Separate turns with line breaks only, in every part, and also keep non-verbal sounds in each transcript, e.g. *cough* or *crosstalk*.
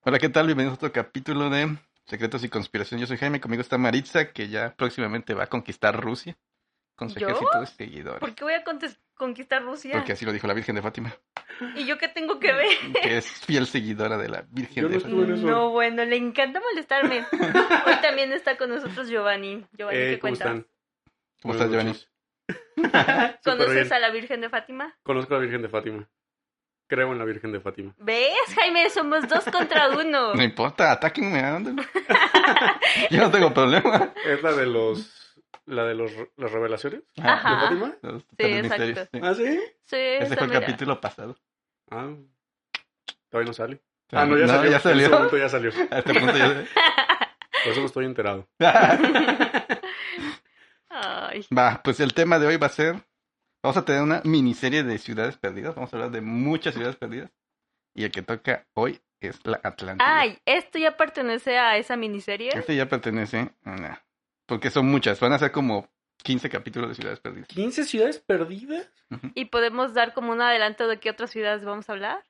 Hola, ¿qué tal? Bienvenidos a otro capítulo de Secretos y Conspiración. Yo soy Jaime, conmigo está Maritza, que ya próximamente va a conquistar Rusia con su
¿Yo?
ejército de seguidores.
¿Por qué voy a contes- conquistar Rusia?
Porque así lo dijo la Virgen de Fátima,
¿Y yo qué tengo que ver?
que es fiel seguidora de la Virgen
Yo no
de
estuve-
Fátima.
en eso.
No, bueno, le encanta
*laughs*
molestarme. Hoy también está con nosotros Giovanni. Giovanni,
Eh,
¿qué
¿Cómo
cuenta?
están?
¿Cómo estás,
Buenas
Giovanni?
noches. Súper
¿Conoces
bien.
a la Virgen de Fátima?
Conozco a la Virgen de Fátima. Creo en la Virgen de Fátima.
¿Ves, Jaime? Somos dos contra
*laughs*
uno.
No importa, atáquenme,
*laughs*
ándale. Yo no tengo problema.
¿Es la de los la de los, las revelaciones?
Ah,
¿De
Ajá.
Fátima?
Los
Sí,
misterios, sí.
¿Ah, sí?
Sí,
Ese
esa
fue el
mera.
capítulo pasado.
Ah, todavía no sale. Ah, no, ya
No,
salió.
ya salió.
En este *laughs* momento ya salió.
A este punto ya-
Por eso no estoy enterado. *laughs*
Ay,
Va, pues el tema de hoy va a ser, vamos a tener una miniserie de ciudades perdidas, vamos a hablar de muchas ciudades perdidas y el que toca hoy es la Atlántida.
Ay, esto ya pertenece a esa miniserie.
Este ya pertenece a una- porque son muchas, van a ser como 15 capítulos de ciudades perdidas.
¿15 ciudades perdidas?
¿Y podemos dar como un adelanto de qué otras ciudades vamos a hablar?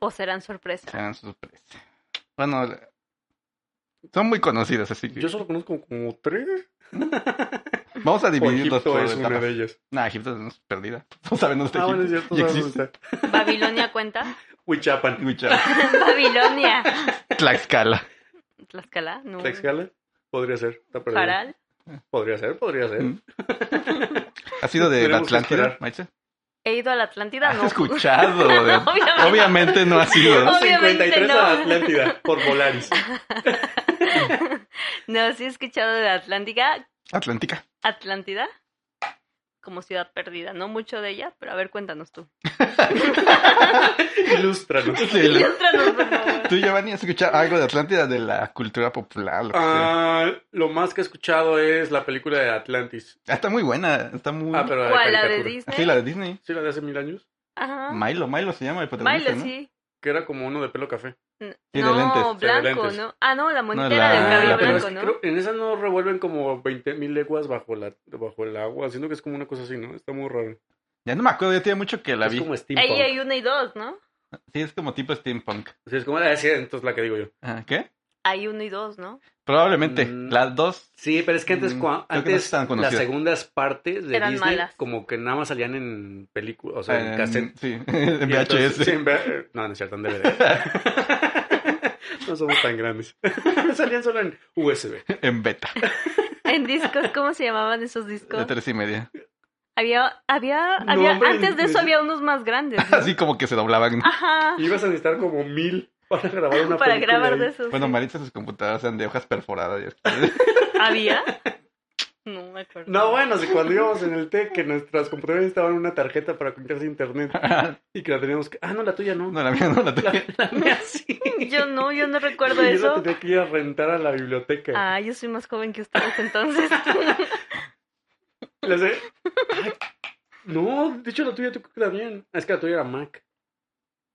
¿O serán sorpresa?
Sean sorpresa. Bueno, la- son muy conocidas, así que
Yo solo conozco como tres.
vamos a
O
dividirlos
Egipto
por
es una
etapas.
de ellas.
Nah, Egipto no es perdida. *laughs* No saben dónde está
Ah, bueno, es
Egipto. Y
cierto. ¿sabes dónde
existe.
está?
¿Babilonia cuenta? *laughs*
Huichapan.
Escucha, *laughs*
Babilonia.
Tlaxcala.
Tlaxcala, no.
Tlaxcala. Podría ser. Está perdida.
Jaral.
Podría ser, podría ser.
Mm. ¿Has sido de la
Tenemos que
Atlántida,
esperar.
Maritza?
He ido a la Atlántida,
¿Has
no.
escuchado? de-
*laughs* Obviamente.
Obviamente no ha sido.
Obviamente
53 a
no.
Atlántida por
*laughs*
Volaris.
No, sí he escuchado de la Atlántica.
Atlántica.
Atlántida. Como ciudad perdida. No mucho de ella, pero a ver, cuéntanos
*laughs*
tú.
Ilústranos.
Ilústranos, por favor.
Tú, Giovanni, has escuchado algo de Atlántida, de la cultura popular. lo que sea.
Ah, lo más que he escuchado es la película de Atlantis.
Ah, está muy buena, está muy...
Ah, pero la de
¿Cuál? ¿La de
caricatura.
Disney?
Sí, la de Disney.
Sí, la de hace mil años.
Ajá.
Milo, Milo se llama el protagonista,
Milo,
¿no?
sí.
Que era como uno de pelo café.
N-
Sí, de
No,
lentes.
Sí, de
blanco,
lentes.
¿no? Ah, no, la monita
No,
era
la-
de cabello
la
Ah, pero
blanco,
es que
¿no?
creo- en esa no revuelven como 20 mil leguas bajo, la, bajo el agua. Siento que es como una cosa así, ¿no? Está muy raro.
Ya no me acuerdo, ya tiene mucho que la
es
vi.
como steampunk.
Ahí hay una y dos, ¿no?
Sí, es como tipo steampunk.
Sí, es como la de ese, entonces la que digo yo.
Ah, ¿Qué?
Hay uno y dos, ¿no?
Probablemente.
Mm.
Las dos...
Sí, pero es que antes,
Mm,
cua-
creo que no es
antes
tan conocida.
las segundas partes de
Eran
Disney
malas.
como que nada más salían en películas, o sea, en,
eh,
cassette.
Sí, *laughs* en
Y entonces-
VHS.
sí, en V- no, no es cierto, en *laughs* DVD. no somos tan grandes. *laughs* Salían solo en USB.
En beta.
En discos, ¿cómo se llamaban esos discos?
De tres y media.
Había, había,
No,
había,
hombre,
antes de eso
en-
había unos más
*laughs*
grandes. ¿no?
Así como que se doblaban.
Ah. Ajá.
Ibas a necesitar como mil para grabar una
Para
película
grabar
ahí.
de esos.
Bueno,
sí.
Maritza, sus computadoras eran de hojas perforadas.
¿Había? No me acuerdo.
No, bueno, si cuando íbamos en el TEC que nuestras computadoras estaban una tarjeta para conectarse a internet y que la teníamos que... Ah, no, la tuya
*laughs*
no.
No, la mía no la tenía.
*laughs* La mía
*laughs*
sí.
Yo no, yo no recuerdo
Y *laughs* yo la
eso.
tenía que ir a rentar a la biblioteca.
Ah, yo soy más joven que ustedes
*laughs*
entonces.
Las de- Ay, no, de hecho la tuya tú creo que también. Ah, Es que la tuya era Mac.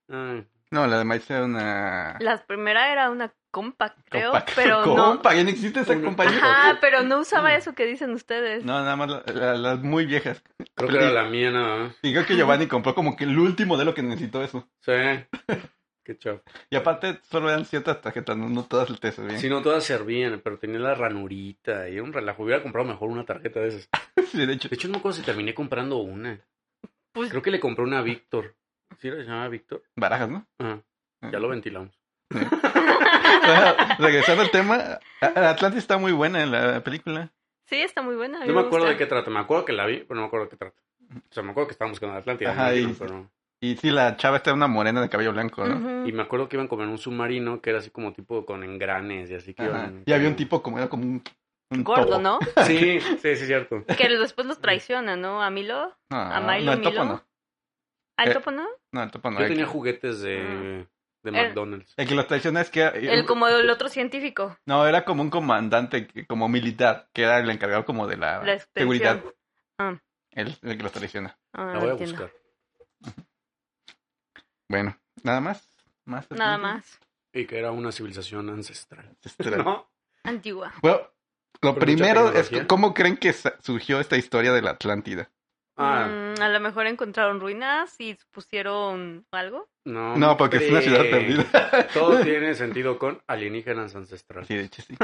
Ah,
No, la de Maritza era una...
La primera era una compact, creo,
Compact.
pero no.
Compa, ya no existe esa
Una-
compañía.
Ajá, pero no usaba eso que dicen ustedes.
No, nada más la- la- las muy viejas.
creo que era la mía nada más.
Y creo que Giovanni compró como que el último de lo que necesitó eso. *laughs*
Sí. Qué chavo.
Y aparte, solo eran ciertas tarjetas, no, no todas te servían.
Si no todas servían, pero tenía la ranurita y era un relajo. Hubiera comprado mejor una tarjeta de esas.
*laughs* Sí, de hecho.
De hecho, no me acuerdo si terminé comprando una.
Pues-
Creo que le compré una a Víctor. ¿Sí era que se llamaba Víctor?
Barajas, ¿no?
Ajá. Ya lo ventilamos.
Bueno, regresando al tema, A- Atlantis está muy buena en la película.
Sí, está muy buena. a mí
No me acuerdo de
gusta.
qué trata. Me acuerdo que la vi, pero no me acuerdo de qué trata. O sea, me acuerdo que estábamos buscando la Atlántida.
Ajá,
¿no?
y-
pero-
Y sí, la chava está una morena de cabello blanco, ¿no?
Ujú.
Y me acuerdo que iban como en un submarino que era así como tipo con engranes y así que
Ajá.
iban-
Y había un tipo como era como un, un
Gordo,
topo.
¿no?
*laughs* Sí, sí, sí, cierto.
*laughs*
Que después los traiciona, ¿no? A Milo.
Ah, No,
¿A Milo,
no, el topo
Milo?
no.
¿Al
Eh,
topo no?
No, el topo no.
Yo
El,
tenía juguetes de,
Ah.
de McDonald's.
el que los traiciona es que
El como el otro científico.
no era como un comandante, que- como militar, que era el encargado como de la,
La expedición.
seguridad.
Ah.
El, el que los traiciona.
Ah,
La voy a
entiendo.
buscar.
Bueno, nada más. ¿Más
Nada
Atlantis?
más.
Y que era una civilización ancestral.
Este,
¿No?
Antigua.
Bueno, lo
Con mucha
primero es
tecnología.
cómo creen que sa- surgió esta historia de la Atlántida.
Ah,
Mm, a lo mejor encontraron ruinas y pusieron algo.
no.
No, porque es una ciudad
hombre.
perdida. *laughs*
*laughs* Todo tiene sentido con alienígenas ancestrales.
Sí, de hecho sí.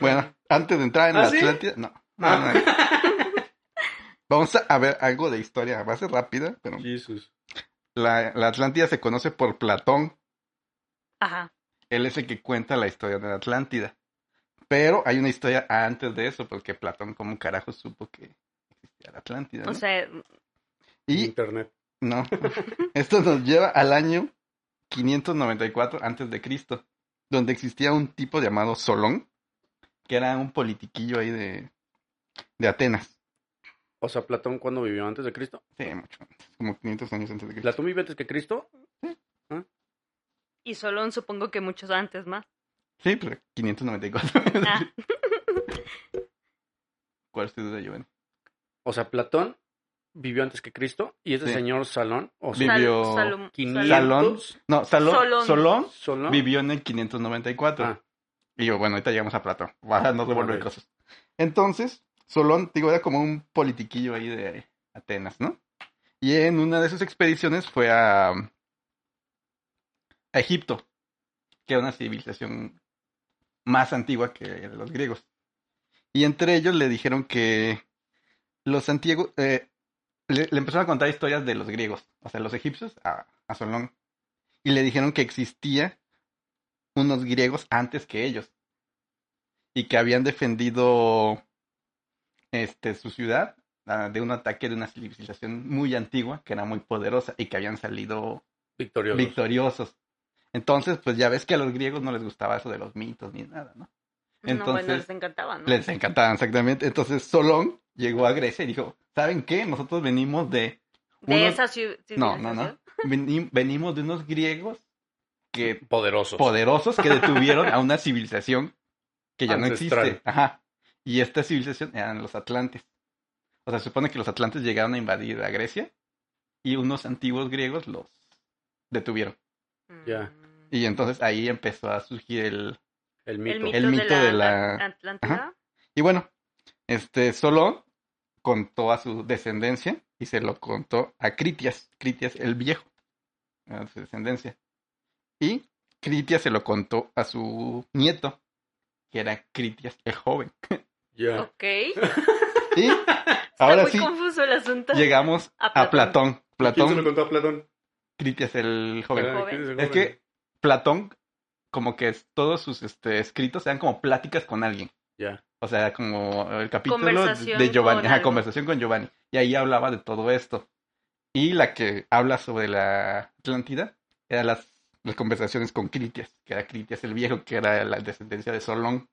bueno, antes de entrar en
¿Ah,
la
sí?
Atlántida, no. no,
Ah. *laughs*
no. Vamos a ver algo de historia, va a ser rápida, pero
Jesús.
la, la Atlántida se conoce por Platón,
Ajá.
él es el que cuenta la historia de la Atlántida. Pero hay una historia antes de eso, porque Platón como carajo supo que existía la Atlántida. ¿no?
O sea,
y
Internet.
no, esto nos lleva al año 594 antes de Cristo, donde existía un tipo llamado Solón, que era un politiquillo ahí de, de Atenas.
O sea, Platón, ¿cuándo vivió antes de Cristo?
Sí, mucho antes, como 500 años antes de Cristo.
¿Platón vivió antes que Cristo?
y Solón supongo que muchos
*laughs*
antes más.
Sí, pues, pero 594.
Ah.
*laughs* ¿Cuál es tu duda, Giovanni?
O sea, Platón vivió antes que Cristo y ese
Sí.
señor Salón, o sea,
Vivió-
Salom-
500
Salón. No, Salón,
Solón.
Solón
Solón.
vivió en el 594.
Ah,
Y yo, bueno, ahorita llegamos a Platón. Para no revolver
Ok.
cosas. Entonces, Solón, digo, era como un politiquillo ahí de Atenas, ¿no? Y en una de sus expediciones fue a, a Egipto, que era una civilización más antigua que los griegos. Y entre ellos le dijeron que los antiguos... eh, le, le empezaron a contar historias de los griegos, o sea, los egipcios a, a Solón. Y le dijeron que existía unos griegos antes que ellos y que habían defendido este su ciudad ah, de un ataque de una civilización muy antigua que era muy poderosa y que habían salido
victorioso.
victoriosos. Entonces, pues ya ves que a los griegos no les gustaba eso de los mitos ni nada, ¿no?
no, bueno,
Entonces-
les encantaba, ¿no?
Les encantaban exactamente. Entonces, Solón llegó a Grecia y dijo, ¿saben qué? Nosotros venimos de
De
unos-
esa ciu-
No, no, no.
civilización.
veni- venimos de unos griegos que
Poderosos.
poderosos que detuvieron a una civilización que ya no
Ancestral.
existe. Ajá. Y esta civilización eran los atlantes. O sea, se supone que los atlantes llegaron a invadir a Grecia y unos antiguos griegos los detuvieron.
Ya.
Mm.
Y entonces ahí empezó a surgir el...
El
El
mito.
mito,
El mito
de
de
la,
la-
Atl- Atlántida.
Ajá. Ah. Y bueno, este Solón contó a su descendencia y se lo contó a Critias, Critias el viejo, a su descendencia. Y Critias se lo contó a su nieto, que era Critias el joven. Oh. *laughs*
Ya.
Ok. Está *laughs*
Y ahora
muy
sí,
confuso el asunto.
llegamos
A
a Platón.
¿Quién se lo
Platón,
contó a Platón?
Critias el joven.
Ah,
joven.
¿quién
Es que Platón, como que es- todos sus este, escritos eran como pláticas con alguien.
Ya.
O sea, como el capítulo
Conversación
de Giovanni.
con
ajá,
algo.
conversación con Giovanni. Y ahí hablaba de todo esto. Y la que habla sobre la Atlántida eran las, las conversaciones con Critias, que era Critias el viejo, que era la descendencia de Solón.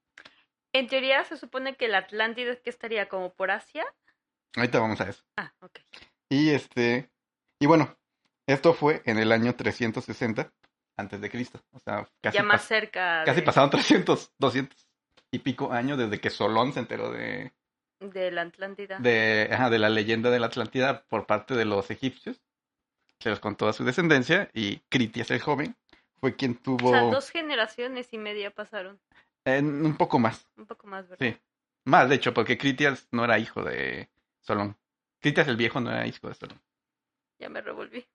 En teoría se supone que el Atlántida es que estaría como por Asia.
Ahorita vamos a eso.
Ah, ok.
Y este, y bueno, esto fue en el año 360 antes de Cristo, o sea, casi,
ya más
pas-
cerca
casi
de,
pasaron 300, 200 y pico años desde que Solón se enteró de,
de la Atlántida.
de, ajá, de la leyenda de la Atlántida por parte de los egipcios. Se los contó a su descendencia y Critias el joven fue quien
O sea,
tuvo
dos generaciones y media pasaron.
en un poco más,
Un poco más, ¿verdad?
sí, más de hecho, porque Critias no era hijo de Solón. Critias el viejo no era hijo de Solón.
Ya me revolví.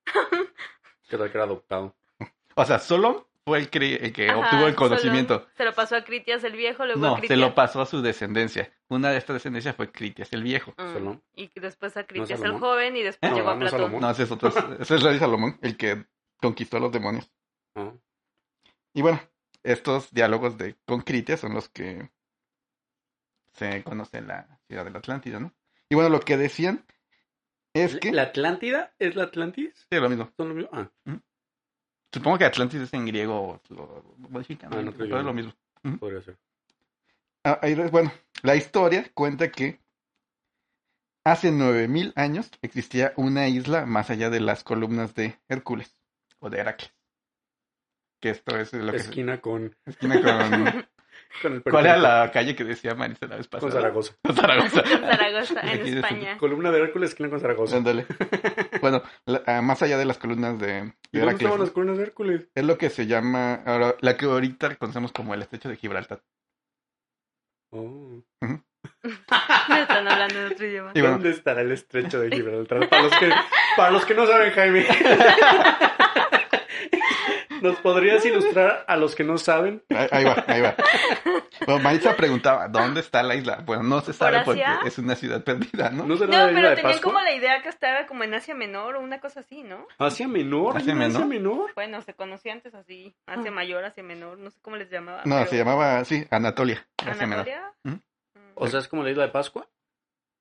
Que tal que era adoptado.
O sea, Solón fue el, cre- el que
Ajá,
eh, obtuvo el
solo
conocimiento.
Se lo pasó a Critias el viejo, luego
No,
a
se
Critias.
lo pasó a su descendencia. Una de estas descendencias fue Critias el viejo.
Mm,
Solón.
Y después a Critias el
Salomón?
joven y después
No,
llegó a
no,
Platón.
Salomón.
No, ese es otro. ese es rey Salomón, el que conquistó a los demonios.
¿no?
Y bueno, estos diálogos de con Critias son los que se conoce en la ciudad del Atlántida, ¿no? Y bueno, lo que decían es que
¿La Atlántida es la Atlantis?
Sí, lo mismo.
¿Son lo mismo? Ah,
Supongo que Atlantis es en griego o lo modifican,
Ah,
¿no?
no creo
pero es
yo.
lo mismo.
podría ser.
Ah, ahí re- bueno, la historia cuenta que hace 9000 años existía una isla más allá de las columnas de Hércules o de Heracles. Que esto es lo que se
Esquina con,
esquina con.
*laughs* con el
¿Cuál era
periférico,
la calle que decía Marisa la vez
Con
pasada?
Zaragoza.
Con *laughs* Zaragoza.
En Zaragoza, en
*laughs* Aquí es-
España.
Columna de Hércules, esquina con Zaragoza.
Pues *laughs* Ándale. Bueno, la- ah, más allá de las columnas de,
¿Y
de
dónde
Heracles,
estaban
¿no?
las columnas de Hércules?
es lo que se llama, ahora, la que ahorita conocemos como el estrecho de Gibraltar.
Oh.
No *laughs* están hablando en otro idioma.
Y bueno.
¿Dónde estará el estrecho de Gibraltar? Para los que, para los que no saben, Jaime. *laughs* ¿Nos podrías ilustrar a los que no saben?
Ahí, ahí va, ahí *laughs* va. Bueno, Maritza preguntaba, ¿dónde está la isla? Bueno, no se sabe
¿Por
porque
Asia?
es una ciudad perdida, ¿no?
No será
No,
la isla
pero
de
tenían
Pascua.
como la idea que estaba como en Asia Menor o una cosa así, ¿no?
Asia menor,
Asia
Asia menor.
Menor.
Bueno, se conocía antes así, Asia Mayor, Asia Menor, no sé cómo les llamaba.
Ah. No,
pero-
se llamaba, sí, Anatolia. Asia Menor.
¿Anatolia?
¿Mm?
Mm.
O sea, es como la isla de Pascua. O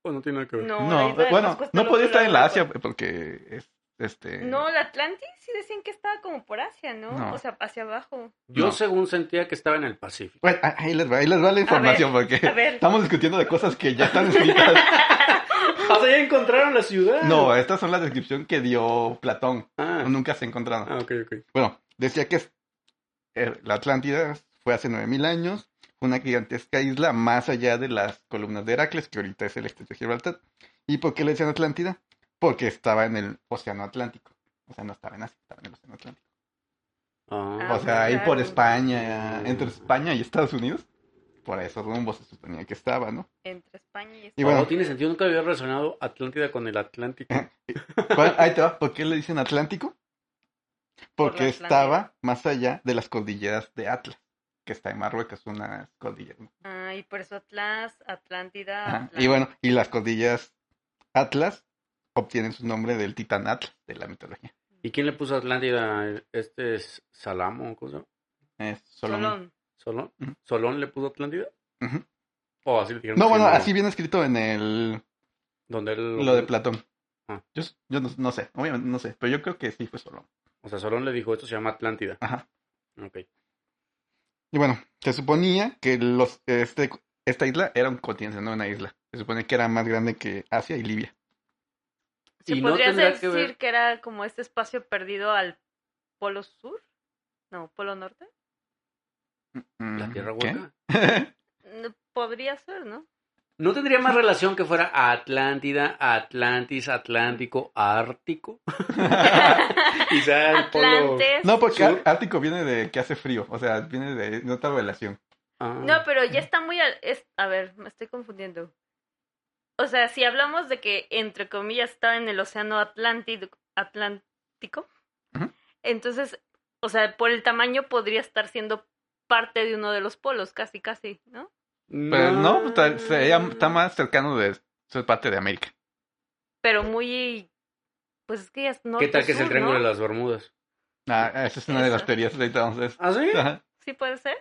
Pues no tiene nada que ver.
No, la
No,
isla de
bueno,
Pascua está
no
al
podía
otro
estar en la
lado
Asia
de
porque es, este...
Pascua. No, la Atlantis sí decían que estaba como por Asia, ¿no?
No.
O sea,
*laughs*
hacia abajo.
Yo
No.
según sentía que estaba en el Pacífico.
Bueno, ah, ahí les va, ahí les va la información
A
porque
ver,
estamos discutiendo de cosas que ya están escritas.
*laughs*
O sea, ya Ah, encontraron la ciudad.
No, eh, estas son la descripción que dio Platón.
Ah,
Nunca se encontraron.
ah ok, ok.
Bueno, decía que es- eh, la Atlántida fue hace 9000 años, una gigantesca isla más allá de las columnas de Heracles, que ahorita es el estrecho de Gibraltar. ¿Y por qué le decían Atlántida? Porque estaba en el Océano Atlántico. O sea, no estaba en Asia, estaba en el Océano Atlántico.
Ah,
Ah,
o sea, ahí por
claro.
España, entre España y Estados Unidos, por esos rumbos se suponía que estaba, ¿no?
entre España y
Y
España.
bueno,
No Oh, tiene sentido, nunca había relacionado Atlántida con el Atlántico.
¿cuál- ahí te va, ¿por qué le dicen Atlántico?
Por
Porque
la Atlántida.
estaba más allá de las cordilleras de Atlas, que está en Marruecos, unas cordilleras
Ah, y por eso Atlas, Atlántida.
Ajá,
Atlas.
Ah, Y bueno, y las cordillas Atlas obtienen su nombre del titán Atlas de la mitología.
¿Y quién le puso Atlántida? Este es Salamo, ¿cómo se llama?
Es solo un-
Solón.
Solón.
Ujú.
¿Solón le puso Atlántida?
Ujú.
O así le dijeron.
No,
que
bueno,
no,
así viene escrito en el
Donde él-
lo de Platón.
Ah.
Yo, yo no, no sé, obviamente no sé, pero yo creo que sí fue Solón.
O sea, Solón le dijo, esto se llama Atlántida.
Ajá. Ah.
Ok.
Y bueno, se suponía que los este esta isla era un continente, no una isla. Se supone que era más grande que Asia y Libia.
¿Se
Y no
podría
tendrá que
decir
ver-
que, era como este espacio perdido al polo sur? No, polo norte.
Mm,
La Tierra
¿qué?
Hueca.
No, Podría ser,
*laughs*
¿no?
¿No tendría más relación que fuera Atlántida, Atlantis, Atlántico, Ártico? *laughs* Quizá el
*laughs*
polo...
Atlantes.
No, porque
Sur.
Ártico viene de que hace frío, o sea, viene de, de otra relación.
Ah.
No, pero ya está muy al... es- A ver, me estoy confundiendo. O sea, si hablamos de que, entre comillas, está en el océano Atlántico, Atlántico
Ujú.
entonces, o sea, por el tamaño podría estar siendo parte de uno de los polos, casi, casi, ¿no?
Pero Pues no, está, sería- está más cercano de ser parte de América.
Pero muy... Pues es que ya es norte
¿Qué tal que es el
sur,
Triángulo
¿no?
de las Bermudas?
Ah, esa es una de las
Eso.
teorías ahorita vamos a ver.
¿Ah, sí?
Ajá.
Sí puede ser,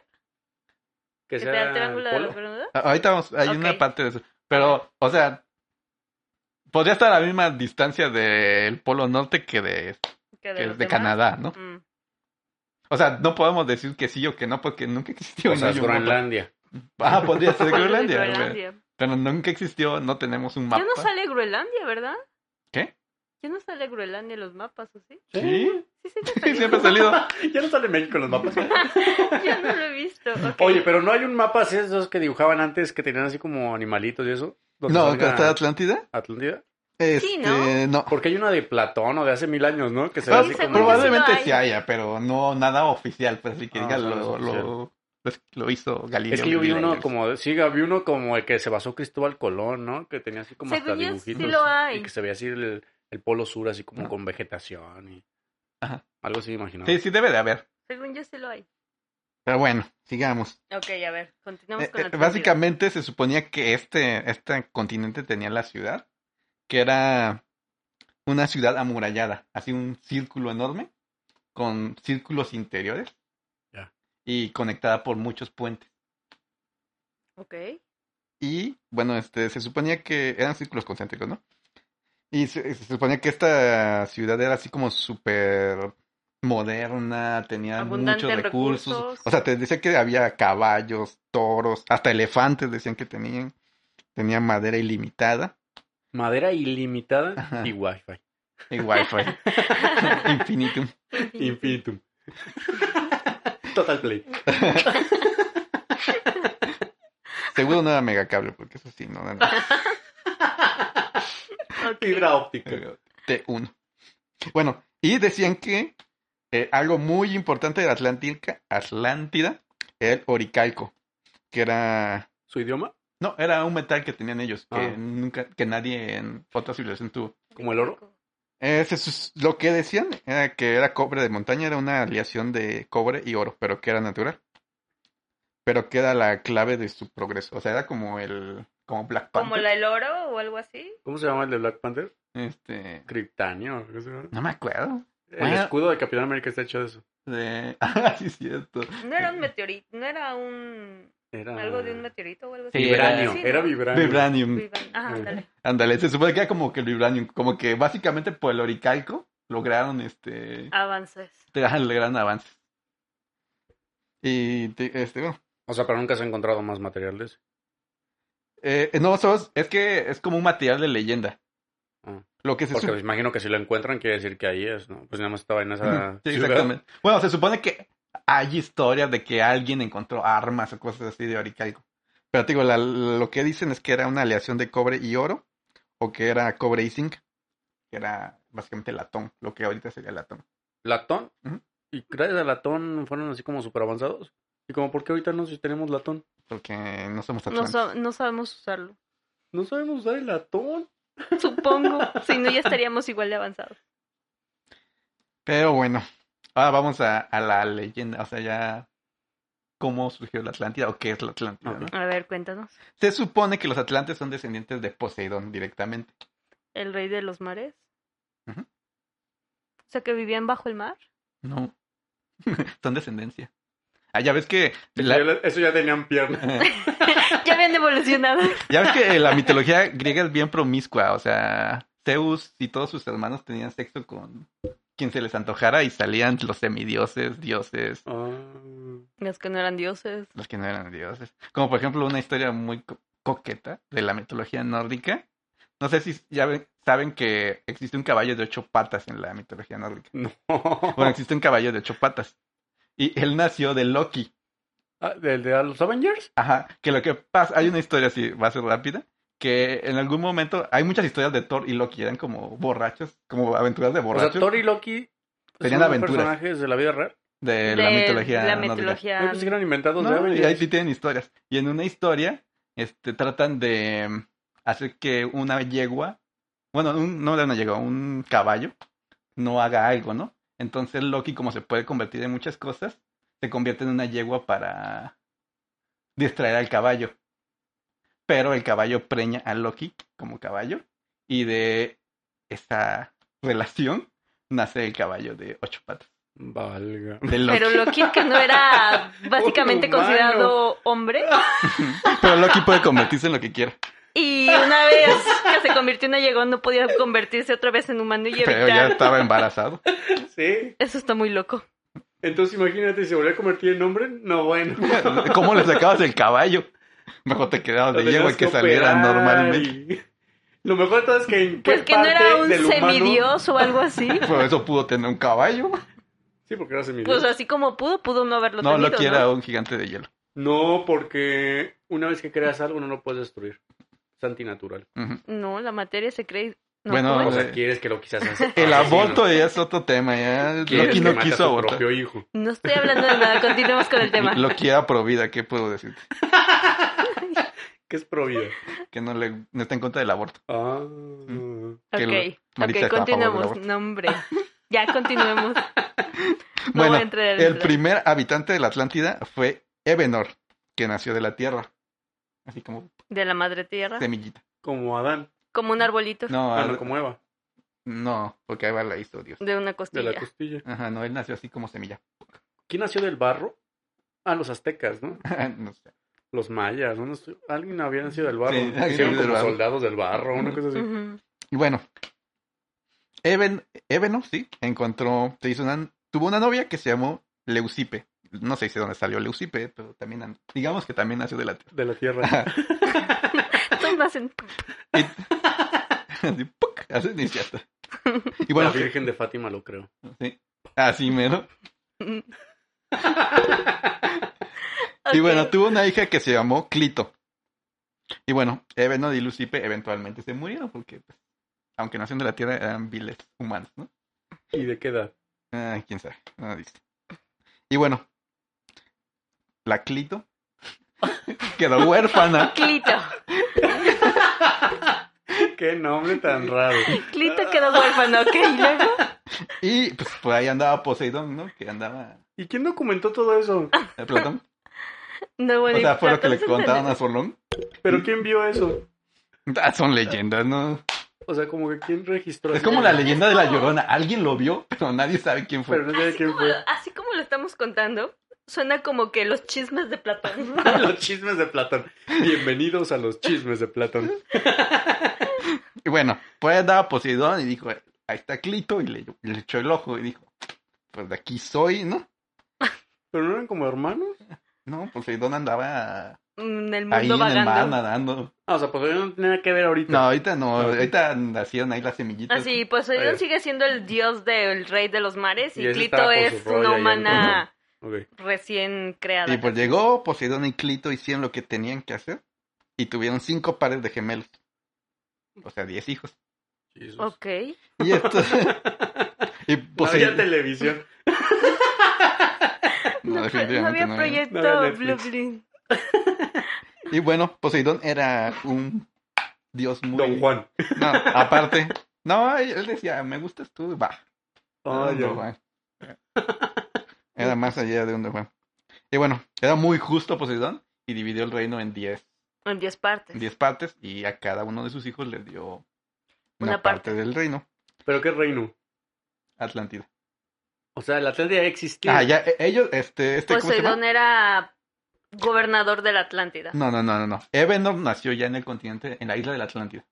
Que
que
sea
sea el triángulo de
polo.
las Bermudas.
A- Ah, Ahorita vamos, hay una
Ok.
parte de eso. Pero, o sea, podría estar a la misma distancia del Polo Norte que de,
que
que
los
de
demás.
Canadá, ¿no?
Mm.
O sea, no podemos decir que sí o que no porque nunca existió.
O sea,
no hay un mapa.
Groenlandia.
Ah, podría ser
*laughs* Los Pues de
Groenlandia. güey.
Groenlandia.
Pero nunca existió, no tenemos un mapa.
Ya no sale Groenlandia, ¿verdad?
¿Qué?
Ya no sale Groenlandia en los mapas, ¿o sí?
Sí,
Sí, sí, *laughs*
sí, *laughs* siempre ha salido.
*laughs* ya no sale México en los mapas.
Yo no lo he visto. ok.
Oye, pero no hay un mapa así de esos que dibujaban antes que tenían así como animalitos y eso. donde
No,
salga
¿está de Atlántida?
Atlántida.
Este,
Sí, ¿no?
no.
Porque hay una de Platón o de hace mil años, ¿no? Que se ve
Ah,
así como.
probablemente
Pues Sí,
sí haya, pero no nada oficial, pues así que
Ah,
diga,
no es
lo, lo, lo hizo Galileo.
Es que yo vi
Galilei.
uno como, sí, vi uno como el que se basó Cristóbal Colón, ¿no? Que tenía así *laughs* como hasta
Según yo, sí
dibujitos.
lo hay.
Y que se veía así el, el polo sur, así como
No.
con vegetación y
Ajá.
algo así imaginado.
Sí, sí debe de haber.
Según yo sí lo hay.
Pero bueno, sigamos.
Ok, a ver, continuamos
Eh,
con la
eh, básicamente se suponía que este, este continente tenía la ciudad, que era una ciudad amurallada, así un círculo enorme, con círculos interiores
Ya.
y conectada por muchos puentes.
Atlántida. Ok.
Y bueno, este, se suponía que eran círculos concéntricos, ¿no? Y se, se suponía que esta ciudad era así como súper moderna, tenía
Abundante
muchos
en
recursos.
recursos.
O sea, te decía que había caballos, toros, hasta elefantes decían que tenían. Tenía madera ilimitada
Madera ilimitada
Ajá.
y wifi.
y wifi. *laughs* Infinitum.
Infinitum. *laughs* Total play.
Seguro no era megacable, porque eso sí, no, no, no.
Ok.
Fibra
Eh,
óptica.
T1. Bueno, y decían que eh, algo muy importante de la Atlántica, Atlántida, era el oricalco, que era
¿Su idioma?
No, era un metal que tenían ellos, que
Ah.
nunca, que nadie en otra civilización tuvo.
¿Como el oro?
Ese es- lo que decían era que era cobre de montaña, era una aleación de cobre y oro, pero que era natural. Pero que era la clave de su progreso. O sea, era como el, como Black
Como
Panther.
la del oro o algo así.
¿Cómo se llama el de Black Panther?
Este,
Criptanio. ¿qué se llama?
no me acuerdo.
El
Bueno.
escudo de Capitán América está hecho de eso.
De... *laughs* Ah, sí, es cierto.
No era un meteorito, no era un...
Era...
algo de un meteorito o algo así.
Ah. Vibranio.
Sí, ¿no?
Era vibranio.
Vibranium.
Vivan- Ajá,
Eh.
dale.
Ándale, se supone que era como que el vibranium, como que básicamente por el oricalco lograron este,
Avances.
gran avance. Y te- este, bueno,
O sea, pero nunca se ha encontrado más material de ese.
Eh, no, sos- es que es como un material de leyenda.
Ah.
Lo que se
Porque
sup-
me imagino que si lo encuentran quiere decir que ahí es, ¿no? Pues nada más estaba en esa
*laughs* Sí,
ciudad.
exactamente. Bueno, se supone que hay historias de que alguien encontró armas o cosas así de oricalco. Pero te digo, la- lo que dicen es que era una aleación de cobre y oro, o que era cobre y zinc, que era básicamente latón, lo que ahorita sería latón.
¿Latón?
Ujú.
Y gracias a Latón fueron así como súper avanzados. Y como, ¿por qué ahorita no si tenemos Latón?
Porque no somos
No,
atlantes.
sa- no sabemos usarlo. *laughs*
No sabemos usar el Latón.
Supongo. si no, ya estaríamos igual de avanzados.
Pero bueno, ahora vamos a, a la leyenda, o sea, ya cómo surgió la Atlántida o qué es la Atlántida,
Ok.
¿no?
A ver, cuéntanos.
Se supone que los atlantes son descendientes de Poseidón directamente.
¿El rey de los mares?
Ujú.
O sea, que vivían bajo el mar.
No. *laughs* son descendencia. Ah, ya ves que
Ya
la,
le- Eso ya tenían
*laughs*
piernas.
Ya habían evolucionado. *laughs*
ya ves que la mitología griega es bien promiscua, o sea, Zeus y todos sus hermanos tenían sexo con quien se les antojara y salían los semidioses, dioses,
Ah.
Los que no eran dioses.
los que no eran dioses. Como por ejemplo una historia muy co- coqueta de la mitología nórdica. No sé si ya ven- saben que existe un caballo de ocho patas en la mitología nórdica.
No.
Bueno, existe un caballo de ocho patas. Y él nació de Loki.
*laughs* Ah, ¿Del de los Avengers?
Ajá. Que lo que pasa, hay una historia así, va a ser rápida. Que en algún momento, hay muchas historias de Thor y Loki, eran como borrachos, como aventuras de
O sea,
borrachos
Thor y Loki
Tenían
son
aventuras.
personajes de la vida real.
de, Eh, la mitología.
La
nórdica.
mitología.
Yo pensé pues que eran inventados de
No, y
Avengers.
ahí sí tienen historias. Y en una historia, este, tratan de mm, hacer que una yegua, bueno, un- no era una yegua, un caballo, no haga algo, ¿no? Entonces Loki, como se puede convertir en muchas cosas, se convierte en una yegua para distraer al caballo. Pero el caballo preña a Loki como caballo, y de esa relación nace el caballo de ocho patas.
Valga.
de Loki.
Pero Loki, que no
*laughs*
era básicamente
Un humano.
considerado hombre.
Pero Loki puede convertirse en lo que quiera.
Y una vez que se convirtió en llegó no podía convertirse otra vez en humano y
Pero ya
evitar.
estaba embarazado.
*laughs*
*laughs*
Sí.
Eso está muy loco.
Entonces imagínate, ¿se volvió a convertir en hombre? No,
*laughs*
bueno.
¿Cómo le sacabas el caballo? Mejor te quedabas de
Lo
yegua
tenías
y que saliera
operar
normalmente.
y- *laughs* Lo mejor de todo es que en qué
Pues que no era
parte
un
del humano-
semidios o algo así.
Por eso pudo tener un caballo.
Sí, porque era semidios.
Pues así como pudo, pudo no haberlo
No,
tenido.
Loki era un gigante de hielo.
No, porque una vez que creas algo no lo puedes destruir. Es antinatural.
Ujú.
No, la materia se cree. no,
Bueno, eh,
¿cómo
No,
o
es?
sea,
güey.
quieres que
*laughs*
lo quizás
El aborto ya es otro tema. Ya. Loki no quiso
a su
abortar.
propio hijo.
no estoy hablando de nada. Continuemos con
*laughs*
el tema.
Loki era pro vida, ¿qué puedo decirte?
Que es pro vida.
Que no, le, no está en contra del aborto.
Ah.
que lo-
Ok,
Marita está
ok,
a favor del
continuemos.
aborto.
No, hombre. Ya
*laughs*
continuemos. No
Bueno,
voy a entrar en
El
plan.
primer habitante de la Atlántida fue Ebenor, que nació de la Tierra. Así como
de la madre tierra.
semillita.
Como Adán.
Como un arbolito
No,
Ah,
al-
no, como Eva.
no, porque ahí va la hizo Dios.
de una
De
costilla.
la costilla.
Ajá, no, él nació así como semilla. *laughs*
¿Quién nació del barro? Ah, los aztecas, ¿no?
No sé.
Los mayas. ¿no? No sé, Alguien había nacido del barro.
Sí, alguien
Hicieron
nació del
como
barro.
soldados del barro, una
*laughs*
cosa así.
Ujú.
Y bueno, Eben, Ebeno, sí, encontró, se hizo una, tuvo una novia que se llamó Leucipe. No sé de dónde salió Leucipe, pero también, an- digamos que también nació de la tierra. *laughs*
De la tierra.
Todos nacen-
Así, ¡puc! Así, ni cierto. Y
Bueno,
bueno,
la Virgen de Fátima lo creo.
sí, así mero. Y
Ok.
bueno, tuvo una hija que se llamó Clito. Y bueno, Ebeno y Leucipe eventualmente se murieron porque, pues, aunque nacieron de la tierra, eran viles humanos, ¿no?
¿Y de qué edad? *laughs*
Ah, quién sabe, no dice. Y bueno, la Clito *laughs* Quedó huérfana.
Clito.
Qué nombre tan raro.
Clito quedó huérfano, ok. Y luego,
Y pues por ahí andaba Poseidón, ¿no? Que andaba
¿Y quién documentó todo eso?
eh,
*laughs*
Platón.
no,
O
bueno, y
sea, fue lo que le
Platón se
contaron a Solón.
¿Pero quién vio eso?
Ah, son leyendas, ¿no?
O sea, como que quién registró.
Es
eso?
como la leyenda de la llorona. Alguien lo vio, pero nadie sabe quién
Pero
fue.
no sé
Así
quién
como,
fue.
*laughs*
*laughs*
así como lo estamos contando, suena como que los chismes de Platón.
*laughs*
los chismes de Platón. Bienvenidos a los chismes de Platón.
Y bueno, pues andaba Poseidón y dijo, "Eh, ahí está Clito, y le, le echó el ojo y dijo, pues de aquí soy, ¿no?
¿Pero no eran como hermanos?
No, Poseidón andaba
En el
ahí
mundo
en el mar
vagando.
nadando.
Ah, o sea, porque no tiene nada que ver ahorita.
No, ahorita no,
No.
ahorita nacieron ahí las semillitas.
Así, Poseidón
Oye.
sigue siendo el dios del rey de los mares
Y
y,
ese
Clito
estaba con
es
su rollo
una
ahí
humana
Ok.
recién creada.
Y pues llegó Poseidón y Clito hicieron lo que tenían que hacer y tuvieron cinco pares de gemelos. O sea, diez hijos.
Jesus.
Ok.
Y
*laughs*
esto... y
No había
Poseidón...
televisión.
no,
*laughs* No,
definitivamente
no había
no había.
proyecto
No había
Blue
Netflix.
Blue.
Y bueno, Poseidón era un dios muy...
Don Juan.
No, aparte. No, él decía, me gustas tú, va. Era
Ay,
un
Dios.
Don Juan. Era más allá de un Don Juan. Y bueno, era muy justo Poseidón y dividió el reino en 10
En 10 partes.
10 partes y a cada uno de sus hijos les dio una,
Una
parte.
parte.
del reino,
¿Pero qué reino?
Atlántida.
O sea, la Atlántida existía.
Ah, ya, e- ellos, este, este, ¿cómo se llama?
Poseidón era gobernador de la Atlántida.
No, no, no, no, no. Evenor nació ya en el continente, en la isla de la Atlántida.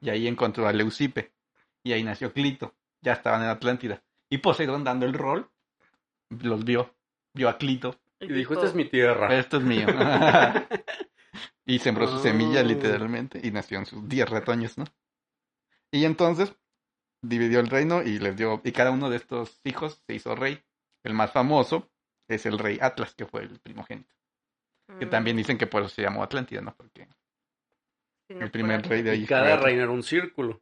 Y ahí encontró a Leucipe. Y ahí nació Clito. Ya estaban en Atlántida. Y Poseidón dando el rol, los vio. Vio a Clito.
Y dijo, esta es mi tierra.
Esto "Este es mío. Ah. *laughs* y sembró su semilla
Oh.
literalmente. Y nació en sus 10 retoños, ¿no? Y entonces dividió el reino y les dio. Y cada uno de estos hijos se hizo rey. El más famoso es el rey Atlas, que fue el primogénito.
Mm,
Que también dicen que por eso se llamó Atlántida, ¿no? Porque
si no
el primer
fuera-
rey de ahí.
Y
fue
cada
Atlas.
reino era un círculo.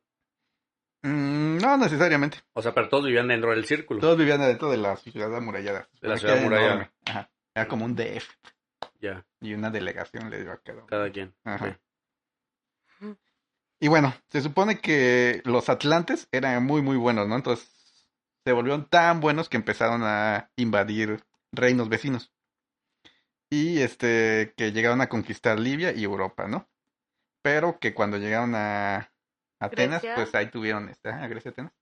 Mm, no necesariamente.
O sea, pero todos vivían dentro del círculo.
Todos vivían adentro de la ciudad amurallada.
De la
Porque
ciudad
era
amurallada.
enorme. Ajá. Era como un DF
Ya,
y una delegación le dio a cada uno.
cada quien.
Ajá.
Ok.
Y bueno, se supone que los atlantes eran muy, muy buenos, ¿no? Entonces se volvieron tan buenos que empezaron a invadir reinos vecinos. Y este, que llegaron a conquistar Libia y Europa, ¿no? Pero que cuando llegaron a Atenas,
Grecia.
pues ahí tuvieron esta, a Grecia, Atenas.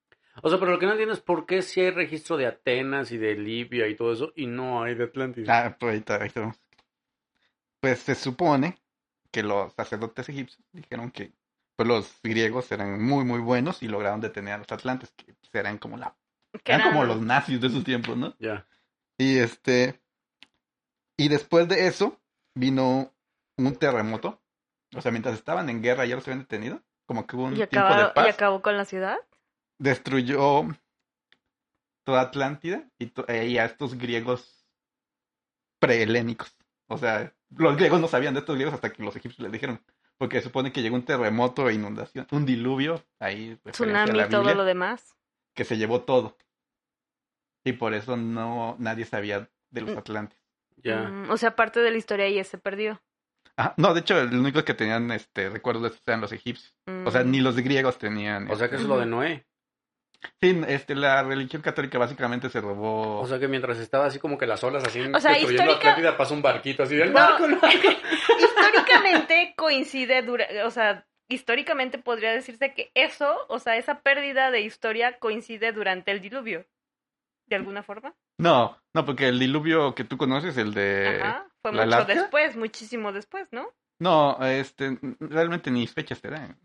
O sea, pero lo que no entiendo es por qué si hay registro de Atenas y de Libia y todo eso y no hay de Atlántida.
Ah, pues ahí está, ahí está. Pues se supone que los sacerdotes egipcios dijeron que pues, los griegos eran muy, muy buenos y lograron detener a los atlantes, que pues, eran como la
que
eran
era-
como los nazis de sus tiempos, ¿no?
Ya.
Y este. Y después de eso, vino un terremoto. O sea, mientras estaban en guerra ya los habían detenido. Como que hubo un
Y,
tiempo
acaba-
de
y
paz.
acabó con la ciudad.
Destruyó toda Atlántida y, to- eh, y a estos griegos prehelénicos. O sea, los griegos no sabían de estos griegos hasta que los egipcios les dijeron. Porque se supone que llegó un terremoto, e inundación, un diluvio, ahí referencia a
Tsunami
la
y todo
Biblia
lo demás.
que se llevó todo. Y por eso no nadie sabía de los
Mm.
Atlantes.
Ya.
Mm, o sea, parte de la historia ahí se perdió.
Ah, no, de hecho, los únicos que tenían este recuerdos de esto eran los egipcios. O sea,
Mm.
ni los griegos tenían.
O sea, que eso es lo de Noé.
Sí, este, la religión católica básicamente se robó.
O sea, que mientras estaba así como que las olas así
O sea,
destruyendo
histórica-
Atlántida pasa un barquito así del
No.
barco. ¿no?
históricamente coincide, dura- o sea, históricamente podría decirse que eso, o sea, esa pérdida de historia coincide durante el diluvio. ¿De alguna forma?
No, no, porque el diluvio que tú conoces, el de.
Ajá. Fue
Eh, ¿la
mucho
Alaska?
después, muchísimo después, ¿no?
No, este, realmente ni fechas te dan.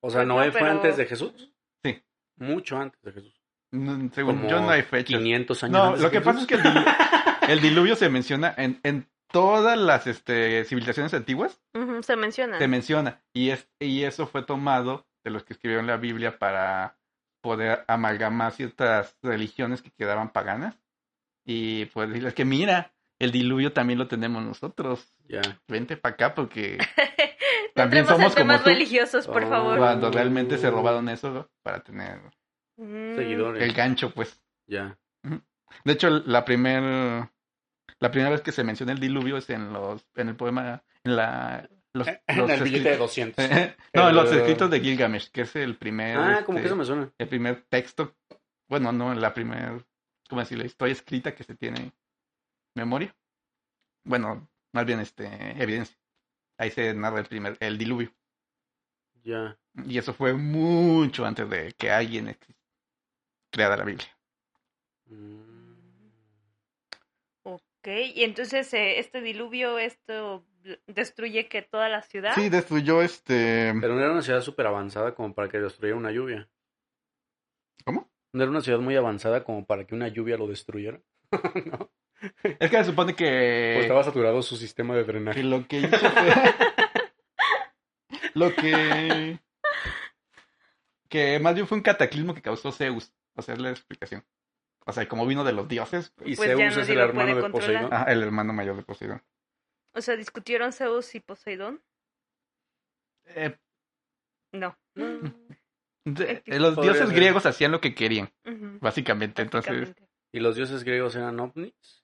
O sea,
Pues no,
Noé fue
pero-
antes de Jesús.
Sí.
Mucho antes de Jesús.
No, Según
Como
yo, no hay fechas.
500 años
No,
antes
lo
de
que
Jesús.
pasa es que el dilu- el diluvio, se menciona en, en todas las este, civilizaciones antiguas.
Ujú, se menciona.
se menciona. Y, es, y eso fue tomado de los que escribieron la Biblia para poder amalgamar ciertas religiones que quedaban paganas. Y pues decirles que mira, el diluvio también lo tenemos nosotros.
Ya.
Vente para acá
*laughs*
porque
No
también
entremos
somos
en
como
temas
tú.
religiosos, por
Oh.
favor.
Cuando realmente se robaron eso ¿no? para tener
Mm,
Seguidores.
el gancho, pues.
Ya.
De hecho, la primer La primera vez que se menciona el diluvio es en los, en el poema, en la, los,
Eh, En
los
*laughs* el billete de
escritos-
200.
*laughs* no, en los
El-
escritos de Gilgamesh, que es el primer,
Ah, como
este,
que eso me suena.
el primer texto, bueno, no, la primer, ¿cómo decirlo? Historia escrita que se tiene memoria. Bueno, más bien, este, evidencia. Ahí se narra el primer, el diluvio.
Ya.
Y eso fue mucho antes de que alguien ex- creara la Biblia.
Mm.
Ok, y entonces eh, este diluvio, esto destruye que toda la ciudad.
Sí, destruyó este.
Pero no era una ciudad súper avanzada como para que destruyera una lluvia.
¿Cómo? Eh.
No era una ciudad muy avanzada como para que una lluvia lo destruyera. no.
Es que se supone que.
Pues estaba saturado su sistema de
que
drenaje.
lo que hizo
*laughs*
fue. lo que. Que más bien fue un cataclismo que causó Zeus. O sea, es la explicación. O sea, como vino de los dioses.
Y
Pues ya
Zeus
nadie
es el
lo
hermano
puede
de
controlar.
Poseidón.
Ah, el hermano mayor de Poseidón.
O sea, discutieron Zeus y Poseidón.
Eh, *laughs*
No.
de-
X.
los
Podría
dioses
ser.
griegos hacían lo que querían,
Ujú,
básicamente. Entonces,
prácticamente.
¿Y los dioses griegos eran ovnis?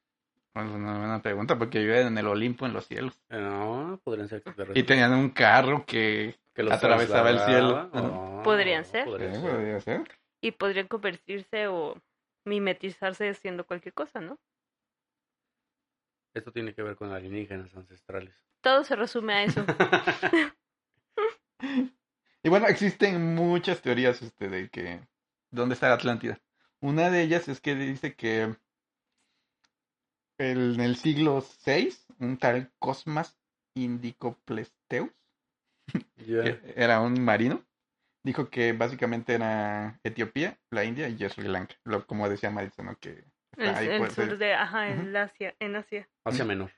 bueno, es una buena pregunta, porque vivían en el Olimpo, en los cielos.
Eh, No, podrían ser extraterrestres.
Y tenían un carro que
que los
atravesaba el
trasladaba. Ah,
cielo.
No,
Podrían ser.
podrían
Eh,
ser.
podría ser.
Y podrían convertirse o mimetizarse haciendo cualquier cosa, ¿no?
Esto tiene que ver con alienígenas ancestrales.
Todo se resume a
*laughs*
eso.
Y bueno, existen muchas teorías este, de que dónde está la Atlántida. Una de ellas es que dice que el- en el siglo VI, un tal Cosmas Indicoplesteus,
Ya.
que era un marino, dijo que básicamente era Etiopía, la India y Sri Lanka. Lo, como decía Maritza, ¿no? Que
El,
ahí
el
puede ser.
sur de, ajá,
Ujú.
en Asia, en Asia,
Hacia menor.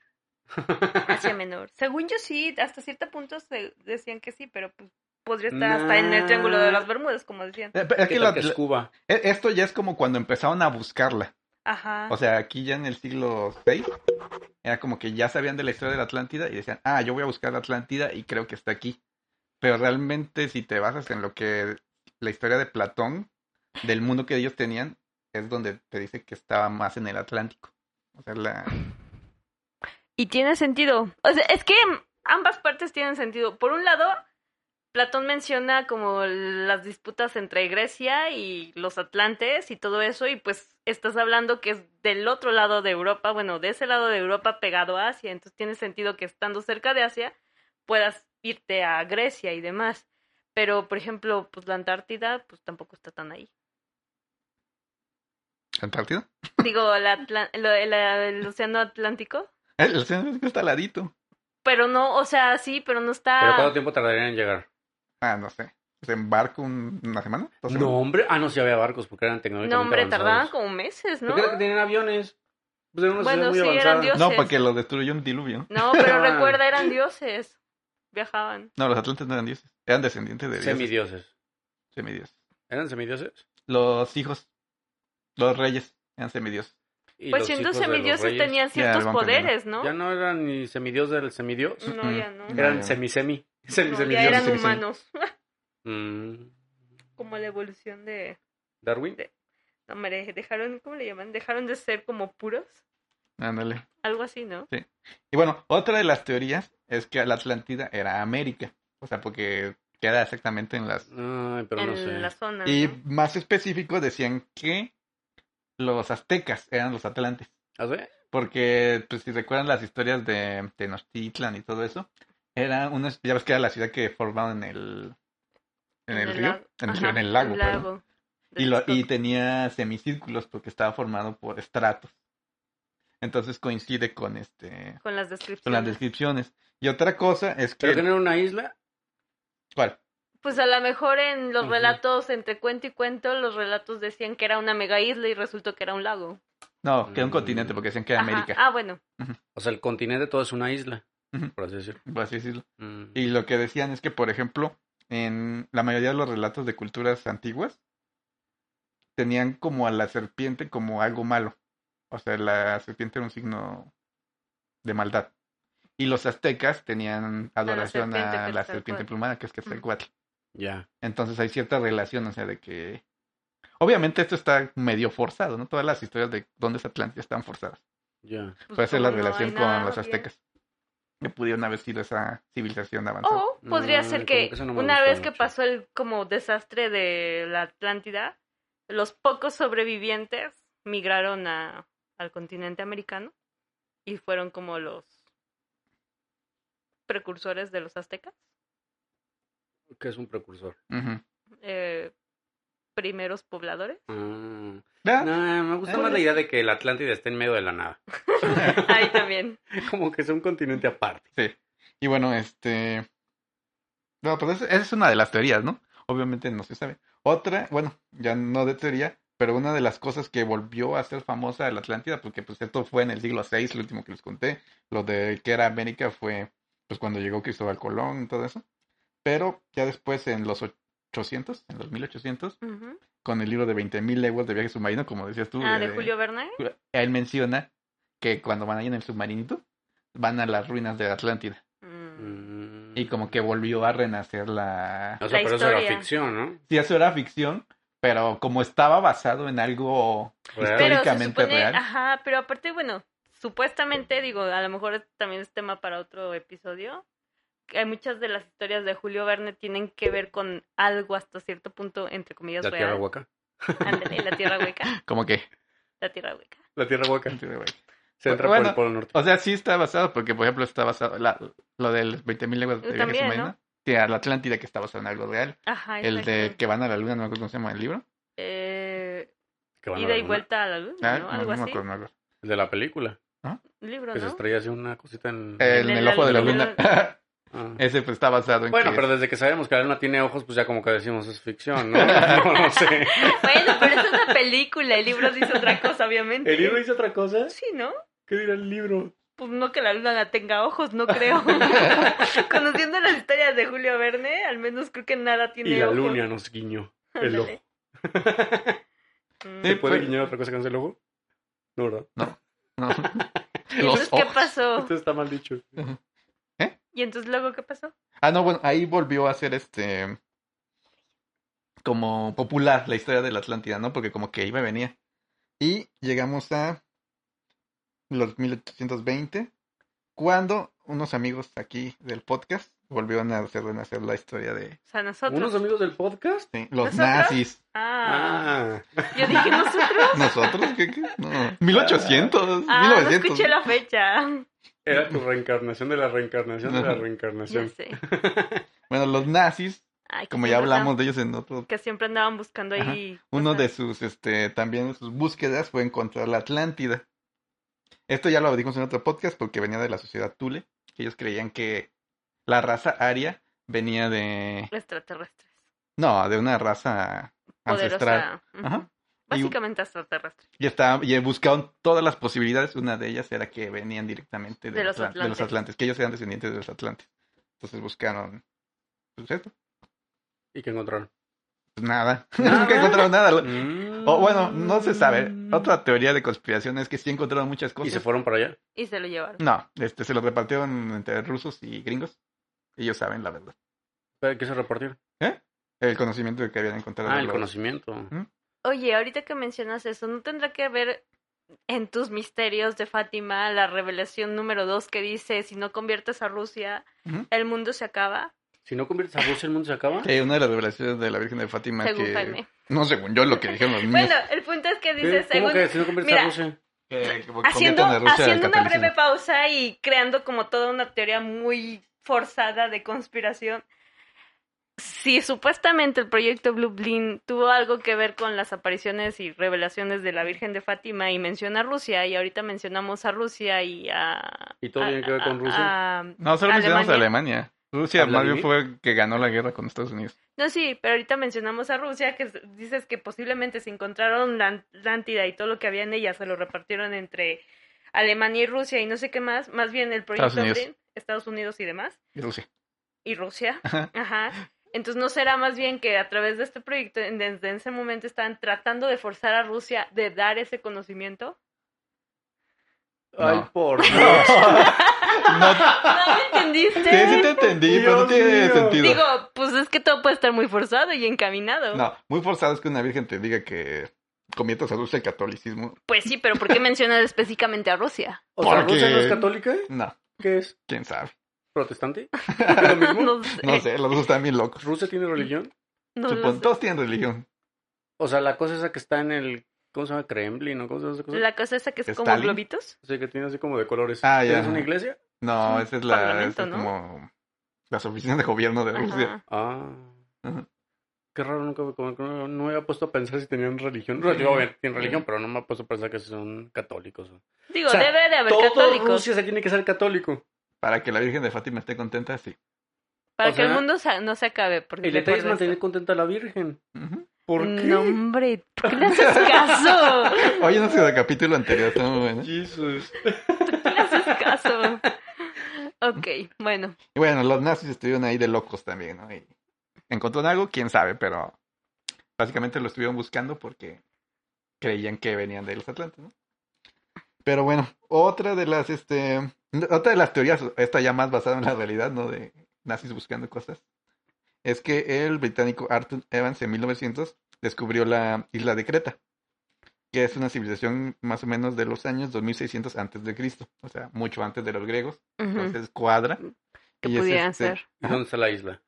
Asia Menor. Según yo sí, hasta cierto punto se decían que sí, pero pues, podría estar hasta en el Triángulo de las Bermudas, como decían.
Eh, pero es
¿Qué
que
tal
la-
que es Cuba?
e- esto ya es como cuando empezaron a buscarla.
Ajá.
O sea, aquí ya en el siglo VI, era como que ya sabían de la historia de la Atlántida y decían, ah, yo voy a buscar la Atlántida y creo que está aquí. Pero realmente, si te basas en lo que la historia de Platón, del mundo que ellos tenían, es donde te dice que estaba más en el Atlántico. O sea, la...
Y tiene sentido. O sea, es que ambas partes tienen sentido. Por un lado, Platón menciona como las disputas entre Grecia y los Atlantes y todo eso, y pues estás hablando que es del otro lado de Europa, bueno, de ese lado de Europa pegado a Asia, entonces tiene sentido que estando cerca de Asia puedas irte a Grecia y demás. Pero, por ejemplo, pues la Antártida, pues tampoco está tan ahí.
¿Antártida?
Digo, la Atlan- lo- el- el Océano Atlántico.
Eh, El Océano Atlántico está al ladito.
Pero no, o sea, sí, pero no está...
¿Pero cuánto tiempo tardarían en llegar?
Ah, no sé. ¿Se embarca un- una semana? ¿Dos
No, hombre. Ah, no, sí había barcos porque eran tecnológicamente
No, hombre,
avanzados.
tardaban como meses, ¿no?
Porque era que tenían aviones. Pues era una
Bueno,
sociedad muy
sí, eran
avanzada.
semanas?
dioses.
No, porque lo destruyó un diluvio.
No,
*laughs*
pero
Tardaban.
recuerda, eran dioses. Viajaban.
No, los atlantes no eran dioses. Eran descendientes de dioses.
Semidioses.
Semidioses.
¿Eran semidioses?
Los hijos, los reyes, eran semidioses.
Y
Pues
los hijos
entonces
de los
semidioses
reyes.
tenían
Ya,
ciertos
van perdiendo.
poderes, ¿no?
Ya no eran ni semidios del semidios.
No, ya no.
Mm,
Eran
ya.
semi-semi. *laughs*
No,
Semi-semidioses.
ya eran
sí, sí.
humanos. *laughs*
Mm,
como la evolución de...
Darwin.
No, hombre, dejaron, ¿cómo le llaman? Dejaron de ser como puros.
Ándale.
Algo así, ¿no?
Y bueno, otra de las teorías es que la Atlántida era América. O sea, porque queda exactamente en las...
Ay, pero
en
no sé.
la zona.
Y
¿no?
más específicos decían que los aztecas eran los atlantes.
¿Ah, sí?
Porque, pues, si recuerdan las historias de Tenochtitlan y todo eso, era una... Ya ves que era la ciudad que formaron en el... En el, río.
lago.
En el río,
Ajá,
en el lago, perdón.
de
Y, lo- y
Texcoco.
tenía semicírculos porque estaba formado por estratos. Entonces coincide con este...
Con las
Son
descripciones.
las descripciones. Y otra cosa es que.
¿Pero que no era una isla?
¿Cuál?
Pues a lo mejor en los
Ujú.
relatos, entre cuento y cuento, los relatos decían que era una mega isla y resultó que era un lago.
No, que era un
Mm.
continente, porque decían que era
Ajá.
América.
Ah, bueno.
O sea, el continente todo es una isla,
Ujú.
por así decirlo.
por así decirlo.
Mm.
Y lo que decían es que, por ejemplo, en la mayoría de los relatos de culturas antiguas, tenían como a la serpiente como algo malo. O sea, la serpiente era un signo de maldad. Y los aztecas tenían adoración
serpiente
a la
Quetzalcóatl.
serpiente plumada, que es Quetzalcoatl.
Ya.
Entonces hay cierta relación, o sea, de que... Obviamente esto está medio forzado, ¿no? Todas las historias de dónde es Atlántida están forzadas.
Ya.
Pues,
Puede ser la
como no hay
relación con
nada
los
bien.
aztecas. Que pudieron haber sido esa civilización avanzada.
O podría
No,
ser
Ah, como
que,
que eso no me
una
gustó
vez que
mucho.
pasó el como desastre de la Atlántida, los pocos sobrevivientes migraron a, al continente americano y fueron como los precursores de los aztecas.
Que es un precursor.
Oh.
Ujú.
eh, primeros pobladores.
*laughs*
¿Verdad?
Ah. No, me
Ah,
gusta
pues
más la idea de que el Atlántida esté en medio de la nada.
Ahí también.
*laughs* Como que es un continente aparte.
Sí. Y bueno, este. No, pues esa esa es una de las teorías, ¿no? Obviamente no se sabe. Otra, bueno, ya no de teoría, pero una de las cosas que volvió a ser famosa de la Atlántida, porque pues esto fue en el siglo VI, lo último que les conté, lo de que era América fue pues cuando llegó Cristóbal Colón y todo eso. Pero ya después en los 800, en los 1800,
Ujú.
con el libro de 20.000 leguas de viaje submarino, como decías tú.
Ah,
de-
de Julio Verne.
Él menciona que cuando van ahí en el submarinito, van a las ruinas de la Atlántida.
Mm.
Mm.
Y como que volvió a renacer la...
O sea,
La
pero eso
historia.
era ficción, ¿no?
Sí, eso era ficción, pero como estaba basado en algo Pero-
Real.
Pero se
históricamente
supone,
real.
ajá, pero aparte, bueno, supuestamente, digo, a lo mejor es- también es tema para otro episodio, que hay muchas de las historias de Julio Verne tienen que ver con algo hasta cierto punto, entre comillas,
La tierra
real.
hueca.
Ándale, la
*laughs*
tierra hueca,
como que...
la tierra hueca.
La tierra hueca. Se entra
Bueno.
por el Polo Norte.
O sea, sí está basado, porque por ejemplo está basado, la- lo del 20.000 leguas de viaje
También,
submarino,
¿no?
sí, a la Atlántida que está basado en algo real,
Ajá,
el de
exacto.
que van a la luna, no me acuerdo cómo se llama el libro,
Eh,
que van a la
ida y
luna.
vuelta a la luna,
Ah,
¿no?
no,
Algo
no me
así.
acuerdo, no me acuerdo.
El de la película.
Un libro,
Que se
¿no?
estrella así una cosita Eh, en...
El,
de
en el
la
ojo de la
luna.
luna,
Ah.
*laughs* ese pues está basado en
Bueno,
que-
pero desde que sabemos que la luna tiene ojos, pues ya como que decimos es ficción, ¿no? *laughs* no, no sé.
*laughs* Bueno, pero esa es la película, el libro dice otra cosa, obviamente. Pues
¿El libro dice otra cosa?
Sí, ¿no?
¿Qué dirá el libro?
Pues no que la luna la tenga ojos, no creo. Conociendo las historias de Julio Verne, al menos creo que nada tiene
Y la
ojos.
luna nos guiñó el
Ándale.
ojo.
*laughs* Mm.
¿Se puede
pues-
guiñar otra cosa que no sea el ojo? No, ¿verdad?
no.
¿Y
Los
entonces qué
ojos.
pasó?
Esto está mal dicho.
¿Y entonces luego qué pasó?
Ah, no, bueno, ahí volvió a ser este como popular la historia de la Atlántida, ¿no? Porque como que iba y venía. Y llegamos a los 1820, cuando unos amigos aquí del podcast volvieron a hacer renacer la historia de
O sea,
¿Unos
nosotros.
amigos del podcast?
sí, los
¿Nosotros?
nazis.
Ah,
Ah.
yo dije
*laughs*
nosotros.
¿Nosotros? ¿Qué, qué? No. 1800,
Ah, no
1900.
escuché la fecha.
Era tu reencarnación de la reencarnación de la
Ya
reencarnación.
sé.
Bueno, los nazis,
Ay, que
como
siempre
ya hablamos de ellos en otro
andaban- que siempre andaban buscando ahí.
Uno de
cosas.
sus, este, también sus búsquedas fue encontrar la Atlántida. Esto ya lo dijimos en otro podcast porque venía de la sociedad Tule. que Ellos creían que la raza aria venía de...
Extraterrestres.
No, de una raza ancestral.
Poderosa. ujú.
Ajá. Y-
Básicamente extraterrestre.
Y, estaba, y buscaron todas las posibilidades. Una de ellas era que venían directamente de,
De los
de los
atlantes.
atlantes, que ellos eran descendientes de los atlantes. Entonces buscaron... Pues esto.
¿Y qué encontraron?
Pues nada. *laughs*
Nada.
Nunca encontraron nada.
Mm.
Mm. O
O
bueno, no se sabe. Otra teoría de conspiración es que sí encontraron muchas
¿Y
cosas.
se fueron para allá?
Y se lo llevaron.
No, este, se lo repartieron entre rusos y gringos. Ellos saben la verdad.
¿Para ¿Qué se repartieron?
El conocimiento que habían encontrado.
Ah, el
los-
conocimiento.
Oye, ahorita que mencionas eso, ¿no tendrá que ver en tus misterios de Fátima la revelación número dos que dice si no conviertes a Rusia,
Ujú. Ah,
el mundo se acaba?
Si no conviertes a Rusia, el mundo se acaba.
Sí, una de las revelaciones de la Virgen de Fátima
Según
que...
Jaime.
No, según yo, lo que dijeron los niños.
Bueno, el punto es que
¿Qué?
dice
¿Cómo
según...
que si no conviertes
Mira,
a Rusia?
que- que
Haciendo,
conviertan a Rusia al
haciendo una
catolicismo.
breve pausa y creando como toda una teoría muy forzada de conspiración. Si supuestamente el proyecto Blue Blin tuvo algo que ver con las apariciones y revelaciones de la Virgen de Fátima y menciona a Rusia, y ahorita mencionamos a Rusia y a.
¿Y todo
a-
tiene que ver con
a-
Rusia?
a-
No, solo mencionamos a
Alemania.
Alemania. Rusia
¿A
más bien
Vladimir?
fue que ganó la guerra con Estados Unidos.
No, sí, pero ahorita mencionamos a Rusia, que s- dices que posiblemente se encontraron la Atlántida y todo lo que había en ella se lo repartieron entre Alemania y Rusia y no sé qué más. Más bien el proyecto
Estados Unidos.
Brin, Estados Unidos y demás,
Y
*laughs*
Rusia.
y Rusia.
*laughs* Ajá.
Ajá. Entonces, ¿no será más bien que a través de este proyecto, en- desde ese momento, estaban tratando de forzar a Rusia de dar ese conocimiento?
Ay,
No. *laughs*
por Dios.
No, sí,
¿No me
sí
entendiste?
te entendí, pero no
Dios
tiene
mío.
sentido.
Digo, pues es que todo puede estar muy forzado y encaminado.
No, muy forzado es que una virgen te diga que comienzas a dulce el catolicismo.
Pues sí, pero ¿por qué mencionas específicamente a Rusia?
O sea,
Porque-
¿Rusia no es católica?
No,
¿Qué es?
quién sabe. *laughs*
¿Protestante? ¿Es lo mismo?
No sé.
No sé, los dos están bien locos.
¿Rusia tiene religión?
Eh. no lo
Supongo-
sé.
todos tienen religión.
O sea, la cosa esa que está en el... ¿Cómo se llama? ¿Kremlin o cómo se llama esa cosa?
La cosa esa que es como
¿Stalin?
globitos.
O sea, que tiene así como de colores.
Ah, ya.
¿Tienes una iglesia?
No,
Es un
esa es la
parlamento,
esa es
¿no?
como las oficinas de gobierno de Rusia.
Ajá.
Ah.
Ajá.
Qué raro, nunca me, como que no, no me había puesto a pensar si tenían religión. No, digo, obviamente tienen religión, pero no me ha puesto a pensar que si son católicos.
Digo,
O sea,
debe de haber
Todo
católicos
Rusia se tiene que ser católico.
Para que la Virgen de Fátima esté contenta, sí.
para
o
que el
sea,
mundo sa- no se acabe. Porque
El detalle es
recuerdo
mantener
esto.
contenta a la Virgen.
Ujú.
¿Por qué?
Mm, No, hombre, ¿por qué le haces caso?
Oye, no sé, el capítulo anterior está muy bueno.
Jesus.
¿Por qué le haces
*laughs*
caso? Ok, bueno.
Y bueno, los nazis estuvieron ahí de locos también, ¿no? Y encontraron algo, quién sabe, pero básicamente lo estuvieron buscando porque creían que venían de los Atlantes, ¿no? Pero bueno, otra de las, este, otra de las teorías, esta ya más basada en la realidad, ¿no? De nazis buscando cosas, es que el británico Arthur Evans en 1900 descubrió la isla de Creta, que es una civilización más o menos de los años 2600 antes de Cristo, o sea, mucho antes de los griegos.
Ujú, Mm,
Entonces cuadra.
que
y es
pudieran
este-
ser.
¿Y dónde está la isla?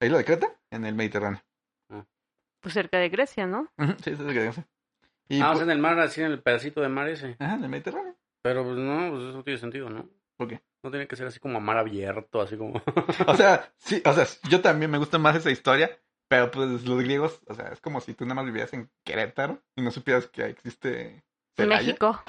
¿Ahí lo decreta? En el Mediterráneo.
Pues cerca de Grecia, ¿no?
Ujú, Sí, eso es Grecia. Y
Ah, o
pu-
sea, en el mar, así en el pedacito de mar ese.
Ajá, en el Mediterráneo.
Pero pues no, pues eso no tiene sentido, ¿no?
¿Por qué?
No tiene que ser así como a mar abierto, así como... *laughs*
O sea, sí, o sea, yo también me gusta más esa historia, pero pues los griegos, o sea, es como si tú nada más vivieras en Querétaro y no supieras que existe Celaya.
México.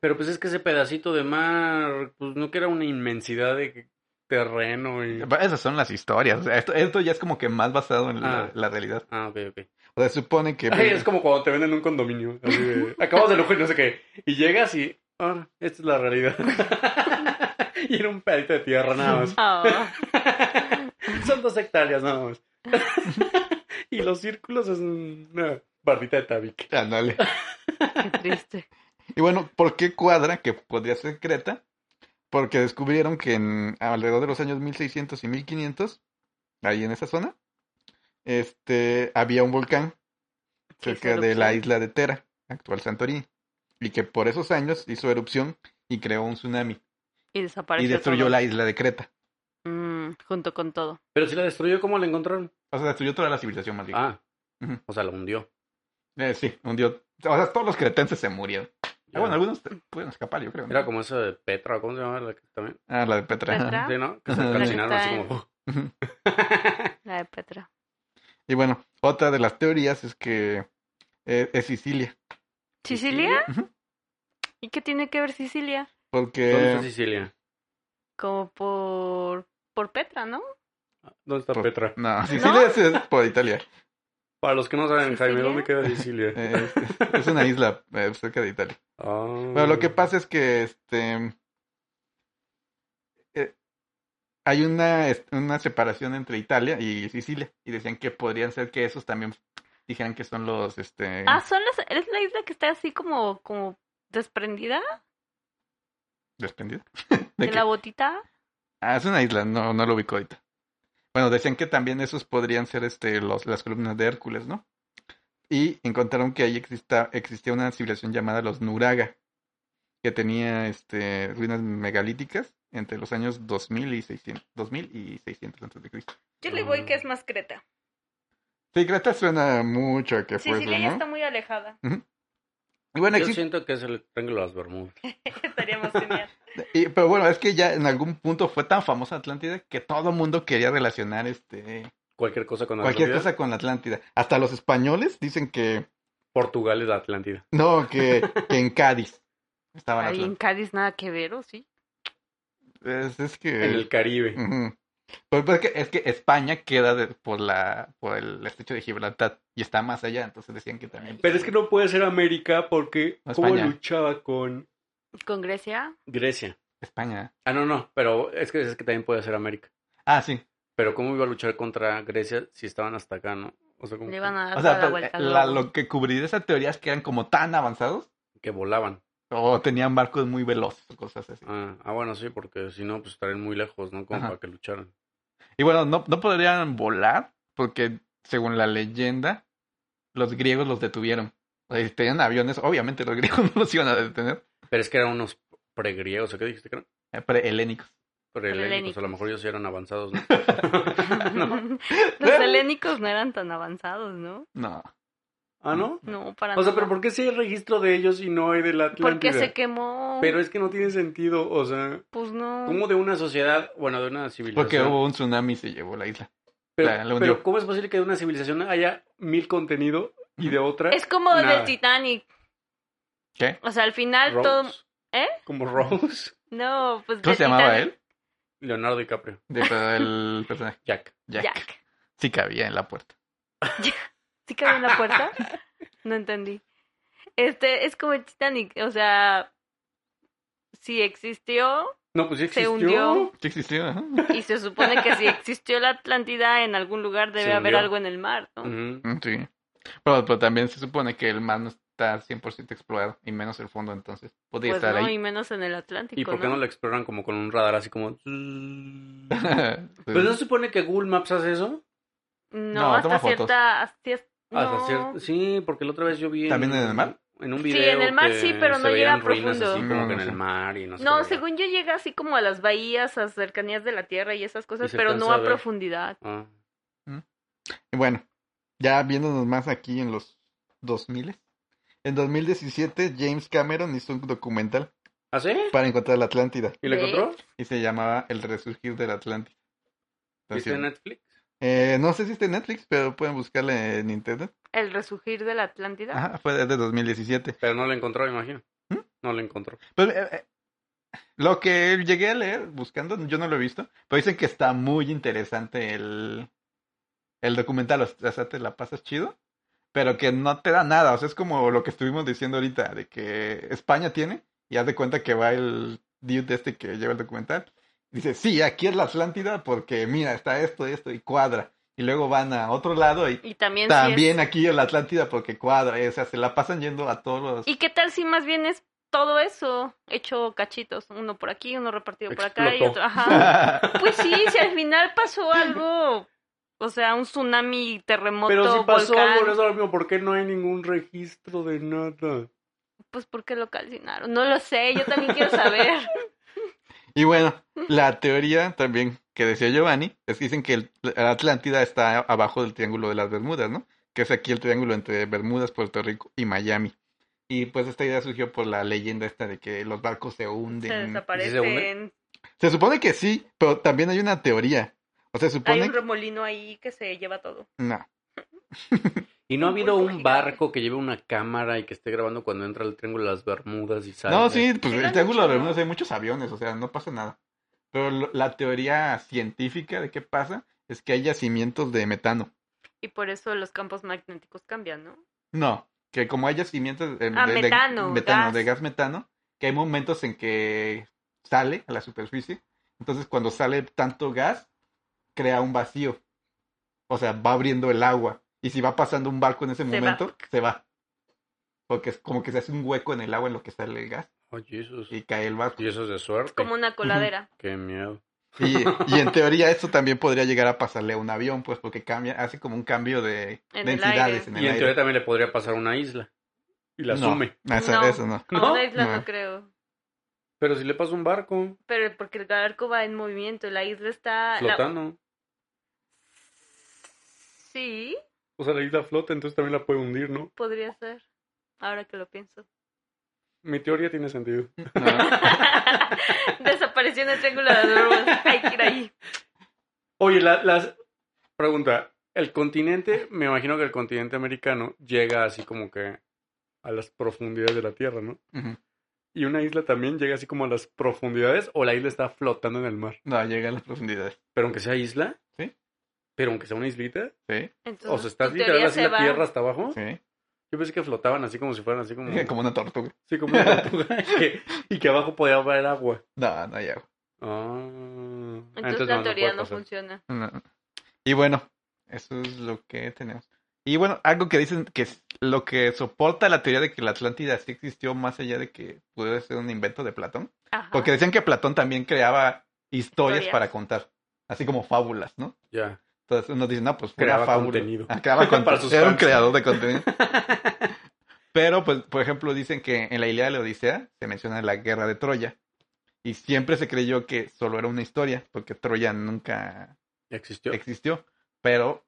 Pero pues es que ese pedacito de mar, pues no que era una inmensidad de terreno y...
Pero Esas son las historias. O sea, esto, esto ya es como que más basado en la,
Ah.
la realidad.
Ah, ok, ok.
O sea, supone que.
Ay, es como cuando te venden un condominio. Así de, acabas de lujo y no sé qué. Y llegas y. Ah, esta es la realidad. *laughs* y era un pedacito de tierra nada *laughs* más.
*laughs*
Ah,
Son dos hectáreas nada más. *laughs* y los círculos es una barrita de tabique.
Ándale.
qué triste.
Y bueno, ¿por qué cuadra que podría ser Creta? Porque descubrieron que en alrededor de los años 1600 y 1500, ahí en esa zona, este, había un volcán
Sí,
cerca
su
de la
erupción.
isla de Tera, actual Santorini, y que por esos años hizo erupción y creó un tsunami
Y
y
desapareció.
destruyó
todo.
la isla de Creta.
Mm, junto con todo.
Pero si la destruyó, ¿cómo la encontraron?
O sea, destruyó toda la civilización más bien.
Ah,
Ujú.
o sea, la hundió.
Eh, sí, hundió. O sea, todos los cretenses se murieron. Ah, bueno, algunos te- pudieron escapar, yo creo. ¿no?
Era como esa de Petra, ¿cómo se llamaba la que también?
Ah, la de Petra. ajá.
Petra.
Sí, ¿no? Que se
Ajá.
calcinaron así
La que
como. "Oh,
Ujú.
La de Petra.
Y bueno, otra de las teorías es que eh, es Sicilia,
¿Sicilia?
Ujú.
¿Y qué tiene que ver Sicilia?
¿Dónde está
porque
Sicilia?
Como por, por Petra, ¿no?
¿Dónde está
Por-
Petra?
no, *laughs* Sicilia es, es por Italia,
Para los que no saben, Jaime,
¿Sicilia?
¿dónde queda Sicilia?
Eh, es, es una isla eh, cerca de Italia.
Ah.
Bueno, lo que pasa es que este eh, hay una, es- una separación entre Italia y Sicilia y decían que podrían ser que esos también dijeran que son los este
Ah, son las, es la isla que está así como, como desprendida
desprendidos.
de,
De que-
la botita.
Ah, es una isla, no, no lo ubico ahorita. Bueno, decían que también esos podrían ser este, los, las columnas de Hércules, ¿no? Y encontraron que ahí exista, existía una civilización llamada los Nuraga, que tenía este, ruinas megalíticas entre los años 2000 y 600, 2000 y 600 antes de Cristo.
Yo le voy que es más Creta.
Sí, Creta suena mucho a que fue eso,
Sicilia ya
¿no?
está muy alejada. *laughs*
Y bueno,
Yo
existe-
siento que es el Triángulo de las Bermudas.
Estaría más genial.
y- pero bueno, es que ya en algún punto fue tan famosa Atlántida que todo mundo quería relacionar este,
Cualquier cosa con Atlántida.
cualquier cosa con la Atlántida. Hasta los españoles dicen que
Portugal es la Atlántida.
No, que, que en Cádiz. Estaban
Ahí en Cádiz nada que ver, ¿o sí?
Es, es que.
En el Caribe.
Ujú. Pero- pero es que, es que España queda de- por la por el estrecho de Gibraltar y está más allá, entonces decían que también.
Pero es que no puede ser América porque
No,
Cuba
España.
luchaba con
Con Grecia.
Grecia.
España.
Ah, no, no, pero es que es que también puede ser América.
Ah, sí.
Pero ¿cómo iba a luchar contra Grecia si estaban hasta acá, no? O sea, como
Le van a dar
O
toda
sea,
la
pero,
vuelta.
eh,
al
la-
globo. *laughs*
lo que cubría esa teoría es que eran como tan avanzados
que volaban.
o tenían barcos muy veloces o cosas así.
Ah, ah, bueno, sí, porque si no, pues estarían muy lejos, ¿no? Como
Ajá.
para que lucharan.
Y bueno, no, no podrían volar porque, según la leyenda, los griegos los detuvieron. O sea, si tenían aviones, obviamente los griegos *laughs* no los iban a detener.
Pero es que eran unos pregriegos, ¿o qué dijiste que eran?
Eh, Prehelénicos.
Prehelénicos, a lo mejor ellos sí eran avanzados, ¿no?
*laughs*
No. *laughs*
Los helénicos no eran tan avanzados, ¿no?
No.
¿Ah, no?
No, para
O sea,
nada.
pero ¿por qué sí hay registro de ellos y no hay de la
Porque
Atlántida?
se quemó.
Pero es que no tiene sentido, o sea,
Pues no.
¿cómo de una sociedad, bueno, de una civilización?
Porque hubo un tsunami y se llevó la isla.
Pero,
la- la
pero
hundió.
¿cómo es posible que de una civilización haya mil contenido y de otra
Es como el
Nada.
del Titanic.
¿Qué?
O sea, al final
Rose?
todo. ¿Eh?
Como Rose, *laughs*
No, pues.
¿Cómo
del
se llamaba
Titanic.
él?
Leonardo DiCaprio,
De- pero
*laughs*
el personaje.
Jack.
Jack.
Jack.
Sí cabía en la puerta.
¿Sí cabe en la
*laughs*
puerta? No entendí. Este, es como el Titanic. O sea. Si existió,
No, pues sí
Se
existió.
hundió.
Sí existió, ajá.
y se supone que si existió la Atlántida en algún lugar debe
Se
haber
hundió.
algo en el mar, ¿no?
Ujú.
Mm, Sí. Pero, pero también se supone que el mar no está 100% explorado, y menos el fondo, entonces podría
Pues
estar
no,
ahí. *laughs*
y menos en el Atlántico.
¿Y por qué no
¿no?
lo exploran como con un radar así como...
Pues,
Pues no se supone que Google Maps hace eso.
No,
No,
hasta
toma fotos.
cierta. Hasta,
Hasta
no.
cier- Sí, porque la otra vez yo vi...
¿También en el mar?
En un
Sí,
video
en el mar
que
sí, pero no
se
llega
veían ruinas
profundo.
así como
No,
que
no
en
sé.
el mar y no sé
No,
qué.
según yo llega así como a las bahías, a cercanías de la tierra y esas cosas,
se
pero no
alcanza
a,
a ver.
profundidad.
Ah.
Y Bueno, ya viéndonos más aquí en los 2000. En 2017 James Cameron hizo un documental
¿Ah, sí?
para encontrar la Atlántida
¿Y lo
¿Ve?
encontró?
y se llamaba El resurgir de la Atlántida.
¿Viste en
Entonces,
Netflix?
eh, no sé si está en Netflix, pero pueden buscarla en internet.
El resurgir de la Atlántida.
Ajá, fue desde 2017.
Pero no lo encontró, me imagino.
¿Mm?
No lo encontró.
Pero, eh, eh, lo que llegué a leer buscando, yo no lo he visto, pero dicen que está muy interesante el, el documental, o sea, te la pasas chido, pero que no te da nada, o sea, es como lo que estuvimos diciendo ahorita, de que España tiene, y haz de cuenta que va el dude este que lleva el documental, dice, sí, aquí es la Atlántida porque mira, está esto, esto, y cuadra, y luego van a otro lado y...
Y también, sí es-
También aquí en la Atlántida porque cuadra, eh, o sea, se la pasan yendo a todos los...
¿Y qué tal si más bien es todo eso hecho cachitos? Uno por aquí, uno repartido por acá y
Explotó.
otro.
*laughs*
Ajá. Pues sí, si al final pasó algo. O sea, un tsunami, terremoto,
Pero si pasó
volcán.
algo, no es lo mismo, ¿por qué no hay ningún registro de nada?
Pues ¿por qué lo calcinaron? No lo sé, yo también quiero
*laughs*
saber.
*laughs* Y bueno, la teoría también que decía Giovanni es que dicen que el- la Atlántida está abajo del Triángulo de las Bermudas, ¿no? Que es aquí el triángulo entre Bermudas, Puerto Rico y Miami. Y pues esta idea surgió por la leyenda esta de que los barcos se
Se
hunden.
desaparecen.
Se supone que sí, pero también hay una teoría. O sea, se
Hay
supone
un remolino ahí que se lleva todo.
No.
¿Y no ha
Un
habido
pulpo
un
gigante.
barco que lleve una cámara y que esté grabando cuando entra el Triángulo de las Bermudas y sale?
No, sí, pues
Sí lo
el
han
Triángulo de
hecho, ¿no?
Bermudas hay muchos aviones, o sea, no pasa nada. Pero lo- la teoría científica de qué pasa es que hay yacimientos de metano.
Y por eso los campos magnéticos cambian, ¿no?
No, que como hay yacimientos eh,
Ah,
de, de-
metano,
metano,
gas.
de gas metano, que hay momentos en que sale a la superficie, entonces cuando sale tanto gas, crea un vacío. O sea, va abriendo el agua. Y si va pasando un barco en ese
Se va.
momento, se va. Porque es como que se hace un hueco en el agua en lo que sale el gas
Oh, Jesús.
y cae el
*laughs*
barco.
Y eso es de suerte.
Como una coladera.
Qué miedo.
Y, y en teoría esto también podría llegar a pasarle a un avión, pues porque cambia, hace como un cambio de
En el
densidades
aire.
en el
Y en teoría
aire.
también le podría pasar una isla. Y la
No,
sume.
eso-
No.
eso
*laughs*
no.
A
¿No? Ah.
una isla
No.
no creo.
Pero si le pasa un barco
Pero porque el barco va en movimiento, la isla está... Ah, la-
flotando.
Sí,
O sea, la isla flota, entonces también la puede hundir, ¿no?
podría ser. Ahora que lo pienso. *laughs*
Mi teoría tiene sentido.
No.
Desapareció en el Triángulo de las Bermudas. Hay que ir ahí.
Oye, la- las... Pregunta. El continente, me imagino que el continente americano llega así como que a las profundidades de la Tierra, ¿no?
Ujú.
¿Y una isla también llega así como a las profundidades o la isla está flotando en el mar?
No, llega a las profundidades.
Pero aunque sea isla.
Sí.
Pero aunque sea una islita.
Sí,
Entonces,
O sea, estás
tu
literal
teoría
así
se
la
va.
tierra hasta abajo.
sí.
Yo pensé que flotaban así como si fueran así como.
*laughs* Como una tortuga.
Sí, como
*laughs*
una tortuga. y, que, y que abajo podía haber agua.
No, no hay agua.
Ah.
Entonces,
Entonces,
la
no, no
teoría
puede
no,
pasar.
funciona.
No. Y bueno, eso es lo que tenemos. Y bueno, algo que dicen que es lo que soporta la teoría de que la Atlántida sí existió más allá de que puede ser un invento de Platón.
Ajá.
Porque decían que Platón también creaba historias
Historias.
para contar, así como fábulas, ¿no?
Ya.
Entonces uno dice, no, pues
Creaba
fábula.
contenido.
Ah, creaba
*laughs* Para
contenido.
sus *laughs*
Era un
fans.
creador de contenido. Pero, pues, por ejemplo, dicen que en la Ilíada de la Odisea se menciona la guerra de Troya. Y siempre se creyó que solo era una historia, porque Troya nunca
Existió.
existió. Pero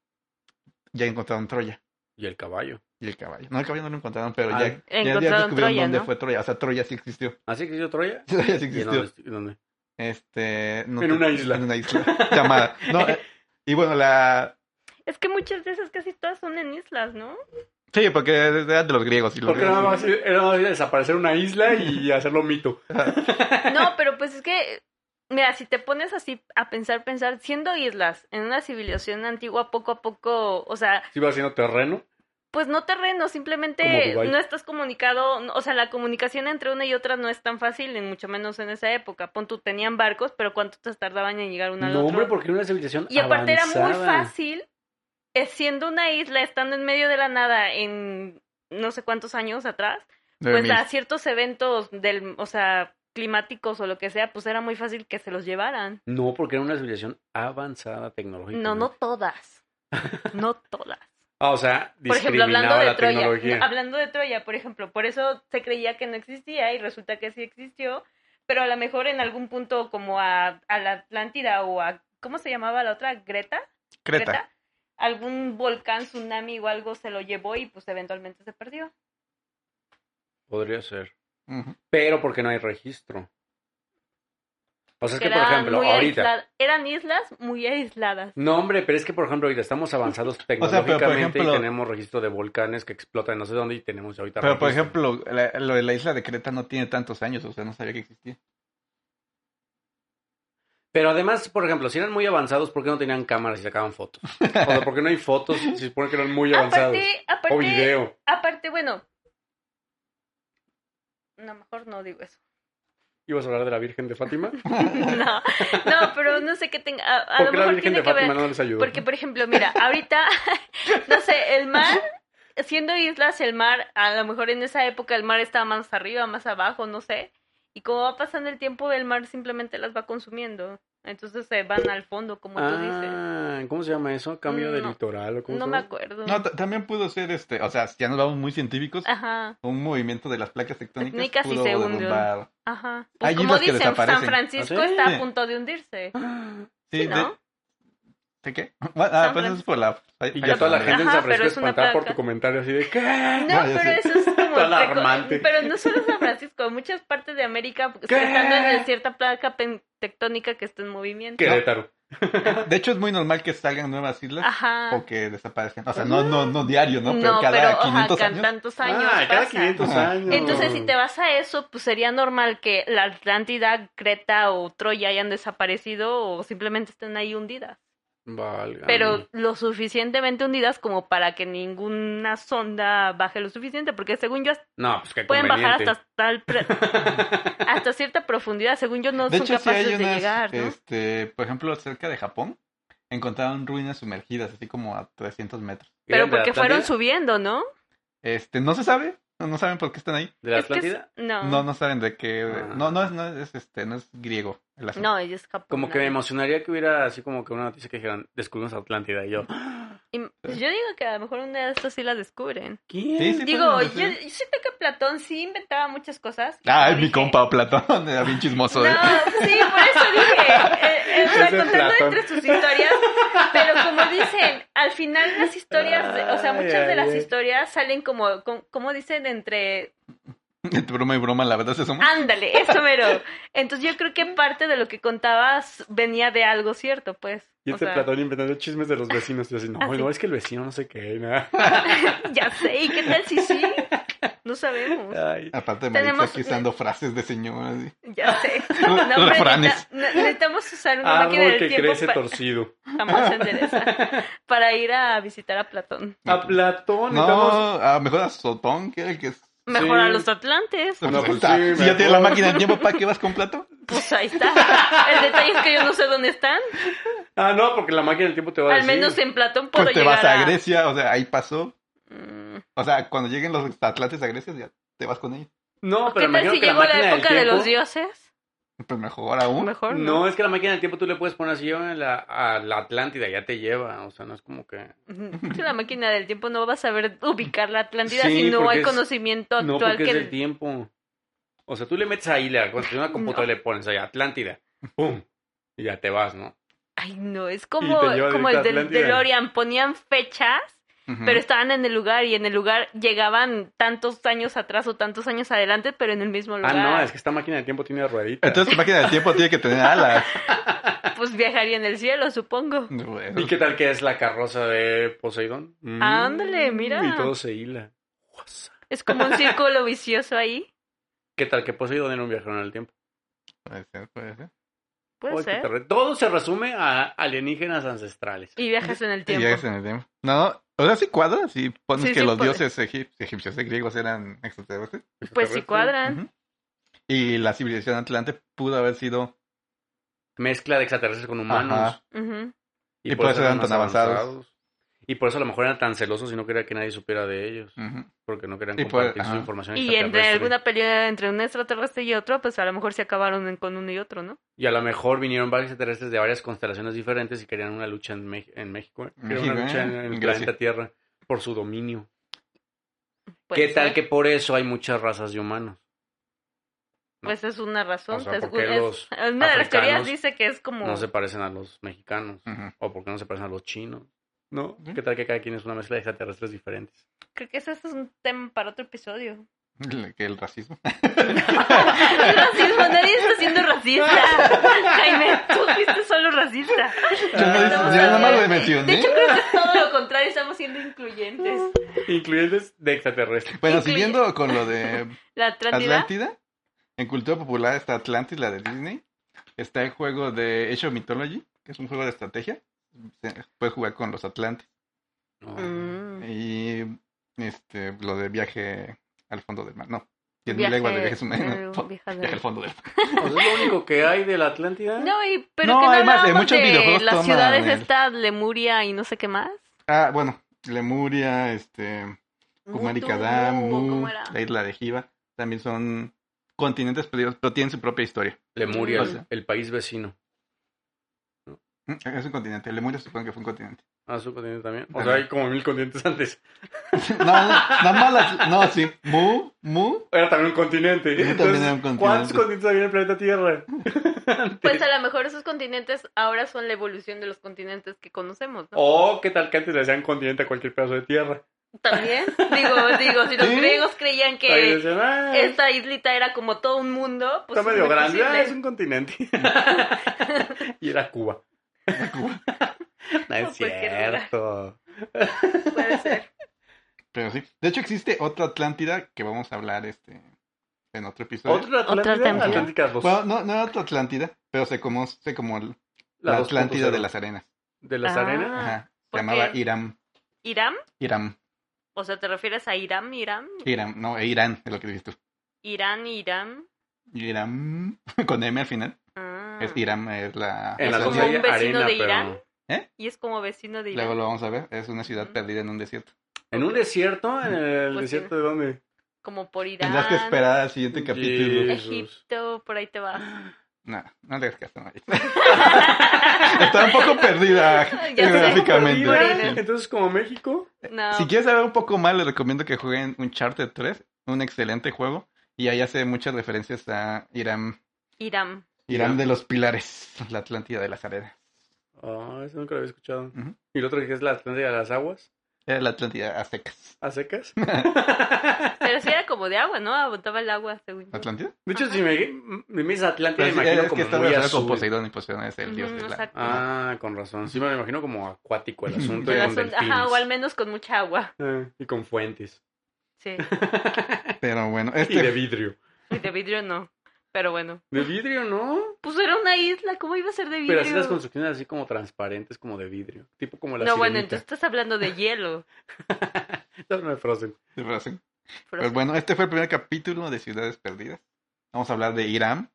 ya encontraron Troya
Y el caballo.
y el caballo. No, el caballo no lo encontraron, pero
Ah,
ya, ya- ya
Encontraron
descubrieron
Troya,
dónde
¿no?
fue Troya. O sea, Troya sí existió. *laughs*
¿Así Ah, existió Troya?
Troya sí
¿Y en
existió.
dónde? en dónde?
Este, no
En
te-
una isla.
En una isla llamada.
*laughs*
No, eh, y bueno, la.
Es que muchas veces casi todas son en islas, ¿no?
Sí, porque era de los griegos. Y los
Porque era
griegos-
más, era más desaparecer una
*laughs*
isla y hacerlo mito.
*laughs* No, pero pues es que, mira, si te pones así a pensar, pensar, siendo islas en una civilización antigua, poco a poco, o sea,
Si iba haciendo terreno.
pues no terreno,
Como
simplemente
Dubái.
no estás comunicado, no- o sea, la comunicación entre una y otra no es tan fácil, y mucho menos en esa época. Pon tú, tenían barcos, pero ¿cuánto te tardaban en llegar una al
No,
otro?
hombre, porque era una civilización
Y aparte era muy
avanzada.
fácil, eh, siendo una isla, estando en medio de la nada en no sé cuántos años atrás,
nueve
pues
mil.
a ciertos eventos del, o sea, climáticos o lo que sea, pues era muy fácil que se los llevaran.
No, porque era una civilización avanzada tecnológica.
No, no
*laughs*
todas. No todas.
Ah, o sea,
Por ejemplo, hablando
discriminaba
de
la
Troya,
tecnología.
no, hablando de Troya, por ejemplo, por eso se creía que no existía y resulta que sí existió, pero a lo mejor en algún punto como a, a la Atlántida o a, ¿cómo se llamaba la otra? Greta.
Creta.
Creta, algún volcán, tsunami o algo se lo llevó y pues eventualmente se perdió.
Podría ser.
Ujú.
Pero porque no hay registro. O sea, es que, por
Eran
ejemplo,
muy
ahorita...
aisla- eran islas muy aisladas.
No, hombre, pero es que, por ejemplo, ahorita estamos avanzados
pero, por
tecnológicamente
ejemplo-
y tenemos registro de volcanes que explotan no sé dónde y tenemos ahorita
Pero por
registro.
ejemplo, la- lo de la isla de Creta no tiene tantos años, o sea, no sabía que existía.
Pero además, por ejemplo, si eran muy avanzados, ¿por qué no tenían cámaras y sacaban fotos? O sea, ¿por qué no hay fotos si se supone que
*laughs*
eran
Ah, pues
muy avanzados?
Aparte,
O
aparte,
video.
aparte, bueno. No, mejor no digo
*laughs*
eso. *laughs*
¿Ibas a hablar de la Virgen de Fátima?
No, no, pero no sé qué tenga. A, a
¿Por
lo
qué la
mejor
Virgen
tiene
de
que ver.
Fátima no les ayudó?
Porque, por ejemplo, mira, ahorita, *laughs* no sé, el mar, siendo islas, el mar, a lo mejor en esa época el mar estaba más arriba, más abajo, no sé. Y como va pasando el tiempo, el mar simplemente las va consumiendo. Entonces se van al fondo, como tú dices.
Ah, ¿cómo se llama eso? ¿Cambio de
No.
litoral o cómo
No
se
me
llama?
acuerdo.
No, ta- también pudo ser este, o sea, si ya nos vamos muy científicos,
Ajá,
un movimiento de las placas
Ah. Técnicas
tectónicas
sí
pudo
se hundió.
derrumbar.
ajá. Pues
Hay
como
islas que
dicen, San
desaparecen.
Francisco
¿Ah, sí? Ah,
está a punto de hundirse.
*gasps*
Sí,
Sí,
de-
¿no?
¿de qué? *laughs* Bueno, ah,
San
pues eso es por la...
Y ya toda la gente en
Ajá,
San
pero
Francisco
es una
espantada por
placa.
tu comentario así de ¿qué? *laughs* Ah,
No,
No, ya
pero
sé.
eso es como...
Está alarmante.
Pero no solo San Francisco, muchas partes de América
¿Qué?
están en cierta placa pen- tectónica que está en movimiento.
Querétaro.
*laughs* De hecho, es muy normal que salgan nuevas islas
Ajá.
o que desaparezcan. O sea, no, no, no diario, ¿no? Pero cada
pero, ajá,
500
cada
años.
tantos años
ah, cada
pasa.
500
Ajá.
años.
Entonces, si te vas a eso, pues sería normal que la Atlántida, Creta o Troya hayan desaparecido o simplemente estén ahí hundidas.
Válgame.
Pero lo suficientemente hundidas como para que ninguna sonda baje lo suficiente, porque según yo hasta-
No, pues qué
pueden bajar
conveniente.
hasta tal pre-
*laughs*
hasta cierta profundidad, según yo no
De
son
hecho, sí
capaces
hay
de
unas,
llegar, ¿no?
este, por ejemplo, cerca de Japón, encontraron ruinas sumergidas, así como a 300 metros.
Pero
¿Eran de la
porque fueron
Atlántida?
subiendo, ¿no?
Este, no se sabe, no, no saben por qué están ahí.
¿De la
Es que es-
Atlántida?
No,
No, no saben de qué.
Ah.
No, no es, no es este, no es griego. el asunto.
no, ella es japonesa.
Como que me emocionaría que hubiera así como que una noticia que dijeran, descubrimos Atlántida. Y yo,
Y- pues yo digo que a lo mejor una de estas sí la descubren.
¿quién?
Sí, sí.
Digo,
pueden
yo,
decir.
yo siento que Platón sí inventaba muchas cosas.
Ah,
Como
es mi
dije-
compa Platón, *laughs* era bien chismoso.
No,
¿eh?
sí, por eso dije. eh, eh, o sea,
Ese
contando
Platón.
entre sus historias. Pero como dicen, al final las historias, de- o sea,
Ay,
muchas de
ay,
las
ay.
historias salen como, como, como dicen, entre.
Entre broma y broma, la verdad se somos.
Ándale, eso mero. Entonces yo creo que parte de lo que contabas venía de algo cierto, pues.
Y
O
este
sea,
Platón inventando chismes de los vecinos. Y yo así, no,
Ah, sí.
no, es que el vecino no sé qué,
*laughs*
nada.
*laughs* ya sé, ¿y qué tal si sí? No sabemos.
Ay.
Aparte me
Ah, Tenemos-
aquí usando frases de señor. así.
Ya sé.
Los
No, hombre,
refranes.
neta- ne- necesitamos usar una máquina
Árbol
del
que
tiempo
Ah, crece
pa- *laughs*
torcido.
jamás se endereza, para ir a visitar a Platón.
A Platón, estamos...
No, a lo mejor a Sotón, que era el que. es-
Mejor
Sí.
a los atlantes.
No, pues
Ah,
sí, me
si ya tienes
acuerdo.
la máquina del tiempo, ¿para qué vas con
*laughs*
Platón?
Pues ahí está. El detalle es que yo no sé dónde están.
Ah, no, porque la máquina del tiempo te va a
Al
decir.
menos en Platón puedo
Pues te
llegar
vas a Grecia, o sea, ahí pasó.
Mm,
O sea, cuando lleguen los atlantes a Grecia, ya te vas con ellos.
No,
¿Qué
pero
tal
imagino
si
que la
llegó la
máquina del
época de los
tiempo-
dioses?
Pues mejor aún.
Mejor.
No, es que la máquina del tiempo tú le puedes poner así a la, a la Atlántida, ya te lleva. O sea, no es como que.
Ujú. Si la máquina del tiempo no va a saber ubicar la Atlántida
Sí,
si no
porque
hay
es-
conocimiento
No,
actual
porque
que...
es del tiempo. O sea, tú le metes ahí la
*laughs*
construcción una computadora y le pones ahí Atlántida. ¡Pum! Y ya te vas, ¿no?
Ay, no, es como,
te lleva
como
directo a
el del
Atlántida.
DeLorean. Ponían fechas,
Ujú.
pero estaban en el lugar y en el lugar llegaban tantos años atrás o tantos años adelante, pero en el mismo
Ah,
lugar.
no, es que esta máquina del tiempo tiene rueditas.
Entonces, la máquina del tiempo tiene que tener alas. *laughs*
Pues viajaría en el cielo, supongo.
Bueno,
¿Y qué tal que es la carroza de Poseidón?
Ándale,
Mm,
mira.
Y todo se hila. Guasa.
Es como un
*laughs*
círculo vicioso ahí.
¿Qué tal que Poseidón era un viajero en el tiempo?
puede ser, puede ser.
Puede
Ay, qué
ser.
terri- Todo se resume a alienígenas ancestrales.
Y viajas en el
Y
tiempo.
llegas en el tiempo. No, o sea, sí cuadra, si pones
Sí,
que
sí
los
puede.
dioses egip- egipcios y griegos eran extraterrestres.
Pues sí cuadran.
Ujú. Y la civilización atlante pudo haber sido
Mezcla de extraterrestres con humanos.
Ajá.
Ujú.
Ah,
Y por eso eran tan
más
avanzados.
Y por eso a lo mejor eran tan celosos y no quería que nadie supiera de ellos.
ujú,
Porque no querían
Y por-
compartir su
ajá.
información
Y entre
extraterrestre.
alguna pelea entre un extraterrestre y otro, pues a lo mejor se acabaron en- con uno y otro, ¿no?
Y a lo mejor vinieron varios extraterrestres de varias constelaciones diferentes y querían una lucha en, Mex- en México. ¿eh? Querían
México,
una lucha
¿eh?
en, en el
Gracias.
planeta Tierra por su dominio.
Puede
¿Qué tal
ser.
que por eso hay muchas razas de humanos?
Pues es una razón.
O sea,
es-
¿por qué
es-
los
una de las teorías
africanos
dice que es como...
No se parecen a los mexicanos.
ujú.
¿O por qué no se parecen a los chinos? ¿No?
Ujú.
¿Qué tal que cada quien es una mezcla de extraterrestres diferentes?
Creo que ese es un tema para otro episodio.
Le- Que el
*laughs*
racismo.
El racismo, nadie está siendo racista. Jaime, tú fuiste solo racista.
Yo, no- yo
Estamos
nada más lo
hablando- De
mencioné.
hecho, creo que es todo lo contrario, estamos siendo incluyentes.
Incluyentes de extraterrestres.
Bueno,
incluye-
siguiendo con lo de
*laughs* La Atlántida.
Atlántida, en cultura popular está Atlantis, la de Disney. Está el juego de Age of Mythology, que es un juego de estrategia. Se- Puedes jugar con los Atlantes.
No.
Mm.
Y este, lo de viaje al fondo del mar. No, 10.000
Viaje-
leguas de viaje submarino.
eh,
Fo-
viaje al-
*laughs* viaje al fondo del mar.
O sea, ¿Es lo único que hay de la Atlántida?
No, y, pero
No,
que no
además,
hablábamos
en muchos
de
videojuegos
las
toman
ciudades
el-
estas, Lemuria y no sé qué más.
Ah, bueno, Lemuria, este, Kumarikadam,
Mutu, uh,
Mu,
¿cómo era?
la isla de Jiva. También son continentes perdidos, pero tienen su propia historia.
Lemuria,
O
el-
sea.
el país vecino.
Mm, Es un continente. Lemuria supongo que fue un
*laughs*
continente.
Ah, su continente también. O
Ajá.
sea, hay como mil continentes antes.
No, no, nada más las- No, sí. Mu, Mu,
Era también un continente.
también
Entonces,
era un continente.
¿Cuántos continentes había en el planeta Tierra?
*laughs* Pues a lo mejor esos continentes ahora son la evolución de los continentes que conocemos, ¿no?
*laughs* O qué tal que antes le decían continente a cualquier pedazo de tierra.
También, digo, digo, si los
Sí.
griegos creían
Ahí
que
decían, ah,
esta islita era como todo un mundo, pues
está medio
es muy
grande, ah,
posible.
es
*laughs*
un continente. y era Cuba.
Cuba.
No
O
es
cualquier
cierto.
Puede ser.
Pero sí. De hecho, existe otra Atlántida que vamos a hablar este en otro episodio.
Otra
¿Otra
Atlántida.
Atlántida?
Atlántica dos.
Bueno, no, no era otra Atlántida, pero se conoce como el- la,
dos
Atlántida
2.0.
de las arenas.
¿De las
Ah.
arenas.
Ajá. Se
¿por
llamaba
qué?
Irán.
¿Iram?
Irán.
O sea, ¿te refieres a Iram, Iram?
Irán. No, e Irán es lo que dices tú.
Irán, Iram.
Irán. *laughs* Con M al final.
Ah.
Es Irán, es la.
En
la
las
Es
dos
como
ciudad.
un
hay
vecino
arena,
de
pero
Irán. Y es como vecino de Irán.
Luego lo vamos a ver. Es una ciudad
Ujú.
perdida en un desierto.
¿En un desierto? ¿En el
Pues
desierto de dónde?
Como por Irán.
Tendrás que esperar al siguiente capítulo.
Yes.
Egipto, por ahí te vas.
No, no le hagas caso, Mari. *laughs* Está un poco perdida
sé.
geográficamente.
Perdida.
Sí.
Entonces, como México.
No.
Eh, Si quieres saber un poco más, les recomiendo que jueguen Uncharted 3, un excelente juego, y ahí hace muchas referencias a Irán,
Irán.
Irán
Irán.
de los Pilares, la Atlántida de las Arenas.
Ah, eso nunca lo había escuchado.
Ujú.
Y el otro que es la Atlántida de las aguas,
Era la Atlántida a secas. *laughs*
a secas.
Pero sí era como de agua, ¿no? Abundaba el agua, según yo.
¿Atlántida?
De hecho, si me, me dices Atlántida,
Pero
me
sí,
imagino
es que
como
está
muy
relacionado
azul.
con Poseidón, y Poseidón es el dios
Ujú,
de la...
exacto.
Ah, con razón. Sí, me lo imagino como
*laughs*
acuático el asunto. y
Pero
con
son-
delfines.
ajá, o al menos con mucha agua.
Ah, y con fuentes.
Sí.
Pero bueno,
Ah. Y de
este...
vidrio.
Y de vidrio no. Pero bueno.
De vidrio, ¿no?
Pues era una isla, ¿cómo iba a ser de vidrio?
Pero así las construcciones así como transparentes, como de vidrio. Tipo como la
no, bueno,
sirenita.
entonces estás hablando de hielo.
No, no me frozen.
Pero-
Pues bueno, este fue el primer capítulo de Ciudades Perdidas. Vamos a hablar de Irán,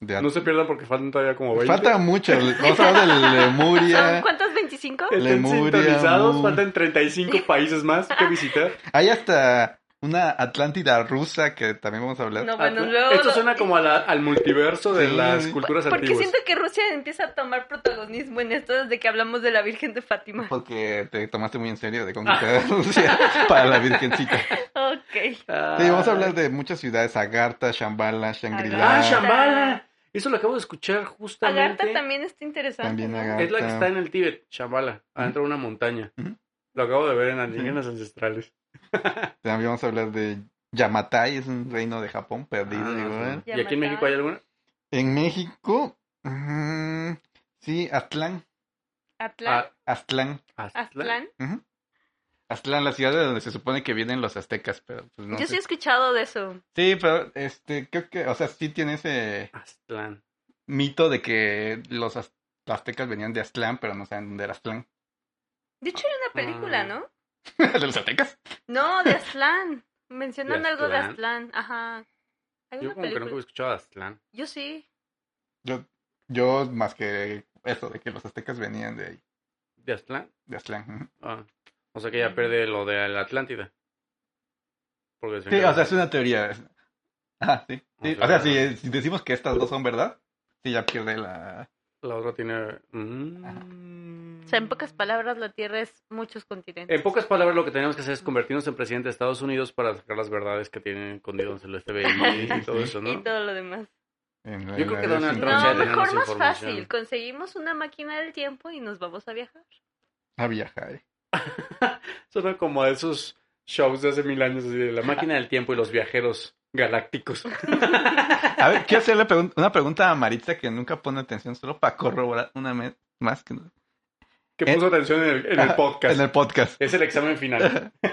de
No se pierdan porque faltan todavía como 20.
Falta mucho. Vamos a hablar de
*laughs* ¿Son
Lemuria.
cuántas? ¿25?
Estén
Lemuria,
sintonizados,
Mu. *laughs*
faltan 35 países más que visitar.
Hay hasta una Atlántida rusa que también vamos a hablar.
No, bueno,
Ah,
luego
Esto
lo-
suena como a la- al multiverso de
Sí.
las culturas
Porque
antiguas.
siento que Rusia empieza a tomar protagonismo en esto desde que hablamos de la Virgen de
*laughs*
Fátima.
Porque te tomaste muy en serio de
Ah.
conquistar Rusia *laughs* para la
*laughs*
Virgencita.
Ok.
Ah,
Sí, vamos a hablar de muchas ciudades, Agartha, Shambhala, Shangri-La.
Ah,
Agartha.
Shambhala. Eso lo acabo de escuchar justamente.
Agartha también está interesante.
También
¿no?
Agartha.
Es la que está en el Tíbet, Shambhala, adentro de una montaña.
Ujú.
Lo acabo de ver en
Sí.
alienígenas ancestrales.
También vamos a hablar de Yamatai, es un reino de Japón perdido.
Ah,
igual.
sí. ¿Y aquí en México hay alguna?
En México, mm, sí, Aztlán,
Atlán.
Aztlán.
Ah,
Aztlán.
ujú. Aztlán, la ciudad de donde se supone que vienen los aztecas, pero pues no
Yo sí
sé.
he escuchado de eso.
Sí, pero este, creo que, o sea, sí tiene ese
Aztlán.
mito de que los az- aztecas venían de Aztlán, pero no saben dónde era Aztlán. *laughs*
De hecho, hay una película,
Ah.
¿no?
¿De los aztecas?
No, de Aztlán. Mencionan
¿De
algo de
Aztlán?
Aztlán. Ajá. Hay
Yo
una
como que
película.
nunca he escuchado Aztlán.
Yo sí.
Yo, yo más que eso, de que los aztecas venían de ahí,
¿De Aztlán?
de Aztlán. ujú.
Ah, O sea que ya pierde lo de la Atlántida. Porque
Sí, o sea, es una teoría. es- Ah, sí. sí,
O
O sea,
sea-
si, si decimos que estas dos son verdad, sí ya pierde la...
la otra tiene...
Ah.
Mm.
O sea, en pocas palabras, la Tierra es muchos continentes.
En pocas palabras, lo que tenemos que hacer es convertirnos en presidente de Estados Unidos para sacar las verdades que tienen escondidos en el FBI
*laughs*
y todo eso, Em, ¿no?
Y todo lo demás.
en la-
Yo creo que
la-
Donald
sí.
Trump ya
No,
tenemos
mejor más
información.
fácil. Conseguimos una máquina del tiempo y nos vamos a viajar.
A viajar. ¿eh?
Suena como a esos shows de hace mil años, así de la máquina del tiempo y los viajeros galácticos. *laughs*
A ver, quiero hacerle pregun- una pregunta a Maritza que nunca pone atención, solo para corroborar una vez más que no-
Que
Eh,
puso atención en el,
*laughs*
en el podcast.
en el
*laughs*
podcast.
Es el examen final.
Eh,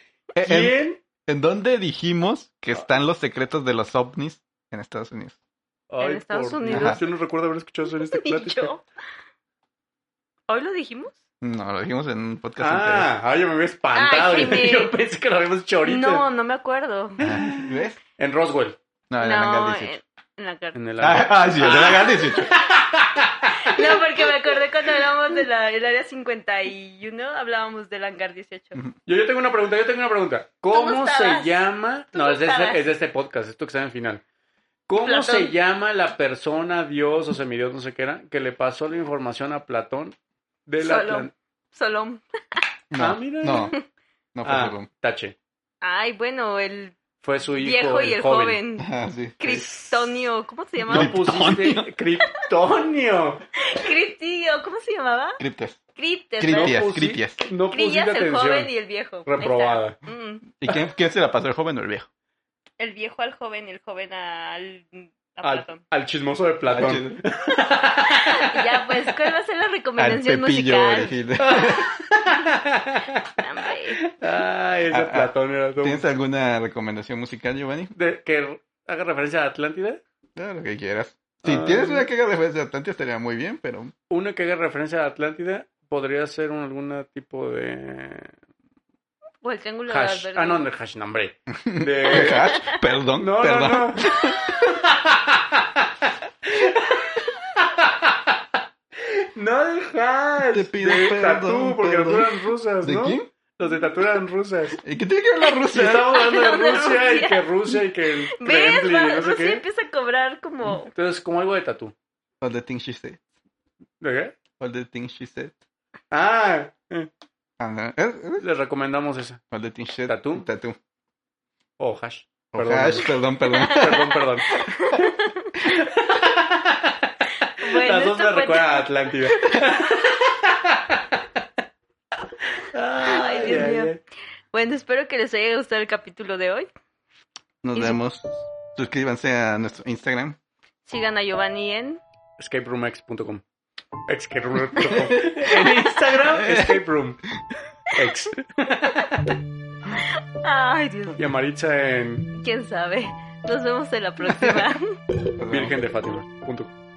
*laughs* ¿En,
¿Quién? Ah.
en dónde dijimos que están los secretos de los ovnis en Estados Unidos?
En Estados
por
Unidos.
Dios, Yo no recuerdo haber escuchado eso en
*laughs*
este esta
Y
plática.
yo. ¿Hoy lo dijimos?
No, lo dijimos en un podcast anterior.
Ah, ah, yo me había espantado. *laughs*
Ay, Jimmy.
yo pensé que lo habíamos hecho ahorita.
No, no me acuerdo.
Ah,
*laughs*
¿Ves?
En Roswell.
No, Ah, en la
No,
Hangar 18.
en- en la carta.
En el
Ah, ah, sí, en la Hangar 18.
*laughs*
No, porque me acordé cuando hablábamos del área 51, hablábamos del hangar 18.
Ujú.
Yo, yo tengo una pregunta, yo tengo una pregunta. ¿Cómo se
estabas.
llama?
Tú
No,
no
es de,
estabas.
este, es de este podcast, es tu examen final. ¿Cómo
Platón.
se llama la persona, Dios o semidios, no sé qué era, que le pasó la información a Platón de la
Solo.
Atlan-
Solón.
No,
Ah, mira.
no, no fue
Ah,
solo.
Tache.
Ay, bueno, el
Fue su hijo,
viejo y el joven.
Ah, sí.
Cristonio, ¿cómo se
No
llamaba?
pusiste Kryptonio.
Cristio, ¿cómo se llamaba?
Criptes.
Crites,
Cri-
¿verdad?
Critias,
no pusi-
critias.
No pusiste
Crillas, el joven
atención.
y el viejo. Ahí está.
Reprobada.
Mm,
¿Y quién, quién se la pasó, el joven o el viejo?
el viejo al joven y el joven al, a
Al,
Platón.
al chismoso de Platón.
Ya, pues, ¿cuál va a ser la
Al
recomendación
pepillo
musical?
original.
Hombre.
Ay, ese
Ah, ah.
Platón era todo.
¿Tienes alguna recomendación musical, Giovanni?
De- que haga referencia a Atlántida.
Ah, lo que quieras. Si
Ah.
tienes una que haga referencia a Atlantis estaría muy bien, pero
Una que haga referencia a Atlántida podría ser un, algún tipo de
O el triángulo de las
hash. Ah, no, de hash,
*laughs*
no, hombre. De...
Ah, *laughs* perdón,
No, no,
perdón.
no. *laughs* No de hash.
Te pido
de
perdón,
tatú, porque
perdón.
taturan rusas,
¿De
¿no?
quién?
Los de
*laughs*
taturan rusas.
¿Y qué tiene que ver
*laughs*
la
Si
Rusia?
estamos hablando de
Los de
Rusia
*laughs*
y
Rusia.
que Rusia y que el
¿Ves?
Kremlin y
Va-
no sé
Rusia
qué.
empieza a cobrar como...
Entonces, como algo de tatú.
All the things she said.
¿De qué?
All the things she said.
Ah, eh,
Ah, no, eh, eh,
les recomendamos esa.
All the things she said.
Tatú.
Tatú.
O hash.
O
Perdón.
hash, perdón,
*laughs*
perdón.
Perdón, perdón.
Bueno,
*laughs* Las dos
esto
me
fue-
recuerdan a Atlántida.
Ay, Dios mío. Bueno, espero que les haya gustado el capítulo de hoy.
Nos
Y-
vemos. Suscríbanse a nuestro Instagram.
Sigan a Giovanni en...
Escaperoomx.com.
*laughs*
Escaperoom.com. En Instagram, Escape Room. Ex.
Ay, Dios,
Y a Maritza en
quién sabe. Nos vemos en la próxima.
*laughs*
Nos vemos.
virgendefatima.com.